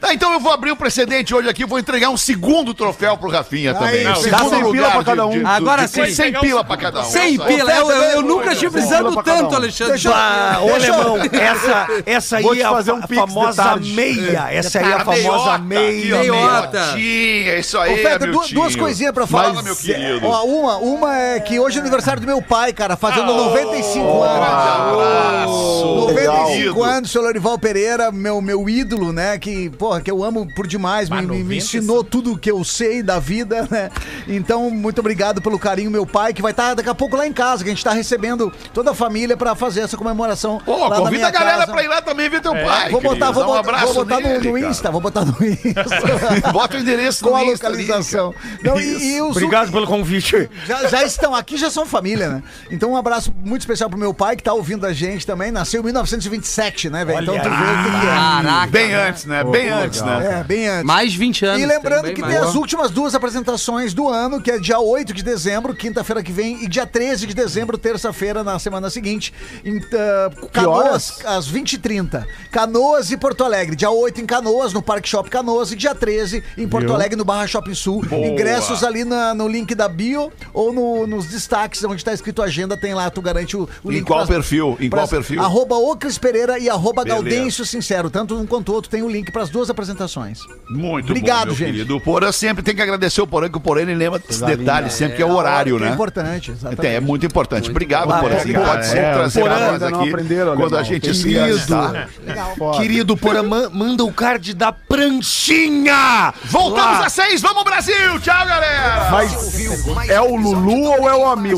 [SPEAKER 2] Tá, então eu vou abrir o precedente hoje aqui, vou entregar um segundo troféu pro Rafinha também.
[SPEAKER 1] não,
[SPEAKER 2] Segundo
[SPEAKER 7] dá cem pila pra cada um.
[SPEAKER 6] Agora
[SPEAKER 2] de-
[SPEAKER 6] sim.
[SPEAKER 2] Cem pila pra cada um.
[SPEAKER 6] Sem
[SPEAKER 2] Isso aí.
[SPEAKER 6] pila. Eu, eu- eu nunca estive
[SPEAKER 7] Sem
[SPEAKER 6] precisando
[SPEAKER 7] pila pra cada
[SPEAKER 6] tanto,
[SPEAKER 7] um.
[SPEAKER 6] Alexandre.
[SPEAKER 5] Ah, ô, alemão, essa, essa aí
[SPEAKER 7] Vou te
[SPEAKER 5] é a,
[SPEAKER 7] fazer um
[SPEAKER 5] a
[SPEAKER 7] pix de
[SPEAKER 5] famosa
[SPEAKER 7] tarde.
[SPEAKER 5] meia. Essa aí é a
[SPEAKER 2] A meiota,
[SPEAKER 5] famosa
[SPEAKER 2] aqui, ó,
[SPEAKER 5] meia.
[SPEAKER 6] meiota.
[SPEAKER 2] meiotinha, Isso aí,
[SPEAKER 8] Ô, Feta,
[SPEAKER 2] meu
[SPEAKER 8] du-
[SPEAKER 2] tio.
[SPEAKER 8] duas coisinhas pra falar.
[SPEAKER 2] Fala, meu querido.
[SPEAKER 8] Ó, uma, uma é que hoje é aniversário do meu pai, cara, fazendo 95 anos.
[SPEAKER 2] Ah, um Abraço.
[SPEAKER 8] 95
[SPEAKER 2] querido.
[SPEAKER 8] anos, seu Lorival Pereira, meu, meu ídolo, né? Que, porra, que eu amo por demais, me,
[SPEAKER 1] Mas
[SPEAKER 8] me- me
[SPEAKER 1] 95.
[SPEAKER 8] ensinou tudo que eu sei da vida, né? Então, muito obrigado pelo carinho, meu pai, que vai estar daqui a pouco lá em casa, que a gente tá recebendo toda a família pra fazer essa comemoração.
[SPEAKER 2] Pô,
[SPEAKER 8] lá na
[SPEAKER 2] convida
[SPEAKER 8] minha
[SPEAKER 2] a galera
[SPEAKER 8] casa.
[SPEAKER 2] pra ir lá também ver teu pai.
[SPEAKER 8] Vou botar,
[SPEAKER 2] querido.
[SPEAKER 8] vou
[SPEAKER 2] Dá um
[SPEAKER 8] botar,
[SPEAKER 2] abraço
[SPEAKER 8] vou botar no,
[SPEAKER 2] nele,
[SPEAKER 8] no
[SPEAKER 2] cara.
[SPEAKER 8] Insta, vou botar no Insta.
[SPEAKER 2] (laughs) Bota o endereço
[SPEAKER 8] Com a
[SPEAKER 2] no Insta ali,
[SPEAKER 8] localização. Não, e, e os
[SPEAKER 5] Obrigado pelo convite.
[SPEAKER 8] já, já estão aqui, já são família, né? Então um abraço muito especial pro meu pai que tá ouvindo a gente também. Nasceu em 1927, né, velho? Então tu vê o que que
[SPEAKER 2] cara.
[SPEAKER 6] Caraca.
[SPEAKER 2] Bem antes, né? Bem antes, né?
[SPEAKER 8] é. É, bem antes.
[SPEAKER 6] Mais 20 anos.
[SPEAKER 8] E lembrando que tem
[SPEAKER 6] mais.
[SPEAKER 8] as últimas duas apresentações do ano, que é dia 8 de dezembro, quinta-feira que vem, e dia 13 de dezembro, terça-feira, na semana seguinte, em ah, Canoas,
[SPEAKER 7] horas?
[SPEAKER 8] às 20h30. Canoas e Porto Alegre. Dia 8 em Canoas, no Parque Shop Canoas, e dia 13 em Porto Alegre, no Barra Shopping Sul. Ingressos ali na- no link da bio ou no- nos destaques, onde está escrito agenda, tem lá, tu garante o, o
[SPEAKER 2] Em
[SPEAKER 8] link.
[SPEAKER 2] qual perfil? Em qual perfil?
[SPEAKER 8] Arroba Ocris Pereira e arroba
[SPEAKER 2] Beleza.
[SPEAKER 8] Gaudêncio Sincero. Tanto um quanto o outro tem o link para as duas apresentações.
[SPEAKER 2] Muito
[SPEAKER 8] Obrigado,
[SPEAKER 2] bom, meu
[SPEAKER 8] gente.
[SPEAKER 2] querido. O Porã sempre tem que agradecer o Porã, que o Porã ele lembra desses detalhes sempre, que é o horário,
[SPEAKER 8] Que É
[SPEAKER 2] né?
[SPEAKER 8] importante,
[SPEAKER 2] Então, é
[SPEAKER 8] exatamente.
[SPEAKER 2] muito importante. Obrigado,
[SPEAKER 7] Ah,
[SPEAKER 2] Porã.
[SPEAKER 7] é,
[SPEAKER 2] Você
[SPEAKER 7] cara,
[SPEAKER 2] pode sempre
[SPEAKER 7] é,
[SPEAKER 2] trazer
[SPEAKER 7] Porã,
[SPEAKER 2] a nós
[SPEAKER 7] ainda não
[SPEAKER 2] aqui
[SPEAKER 7] aprenderam,
[SPEAKER 2] quando a
[SPEAKER 7] alemão.
[SPEAKER 2] gente se
[SPEAKER 5] Querido.
[SPEAKER 2] ajustar.
[SPEAKER 7] É,
[SPEAKER 5] Querido Porã, man- manda o card da pranchinha.
[SPEAKER 2] Voltamos
[SPEAKER 5] Lá.
[SPEAKER 2] às seis, vamos Brasil! Tchau, galera!
[SPEAKER 7] Mas é o Lulu ou é o Hamilton?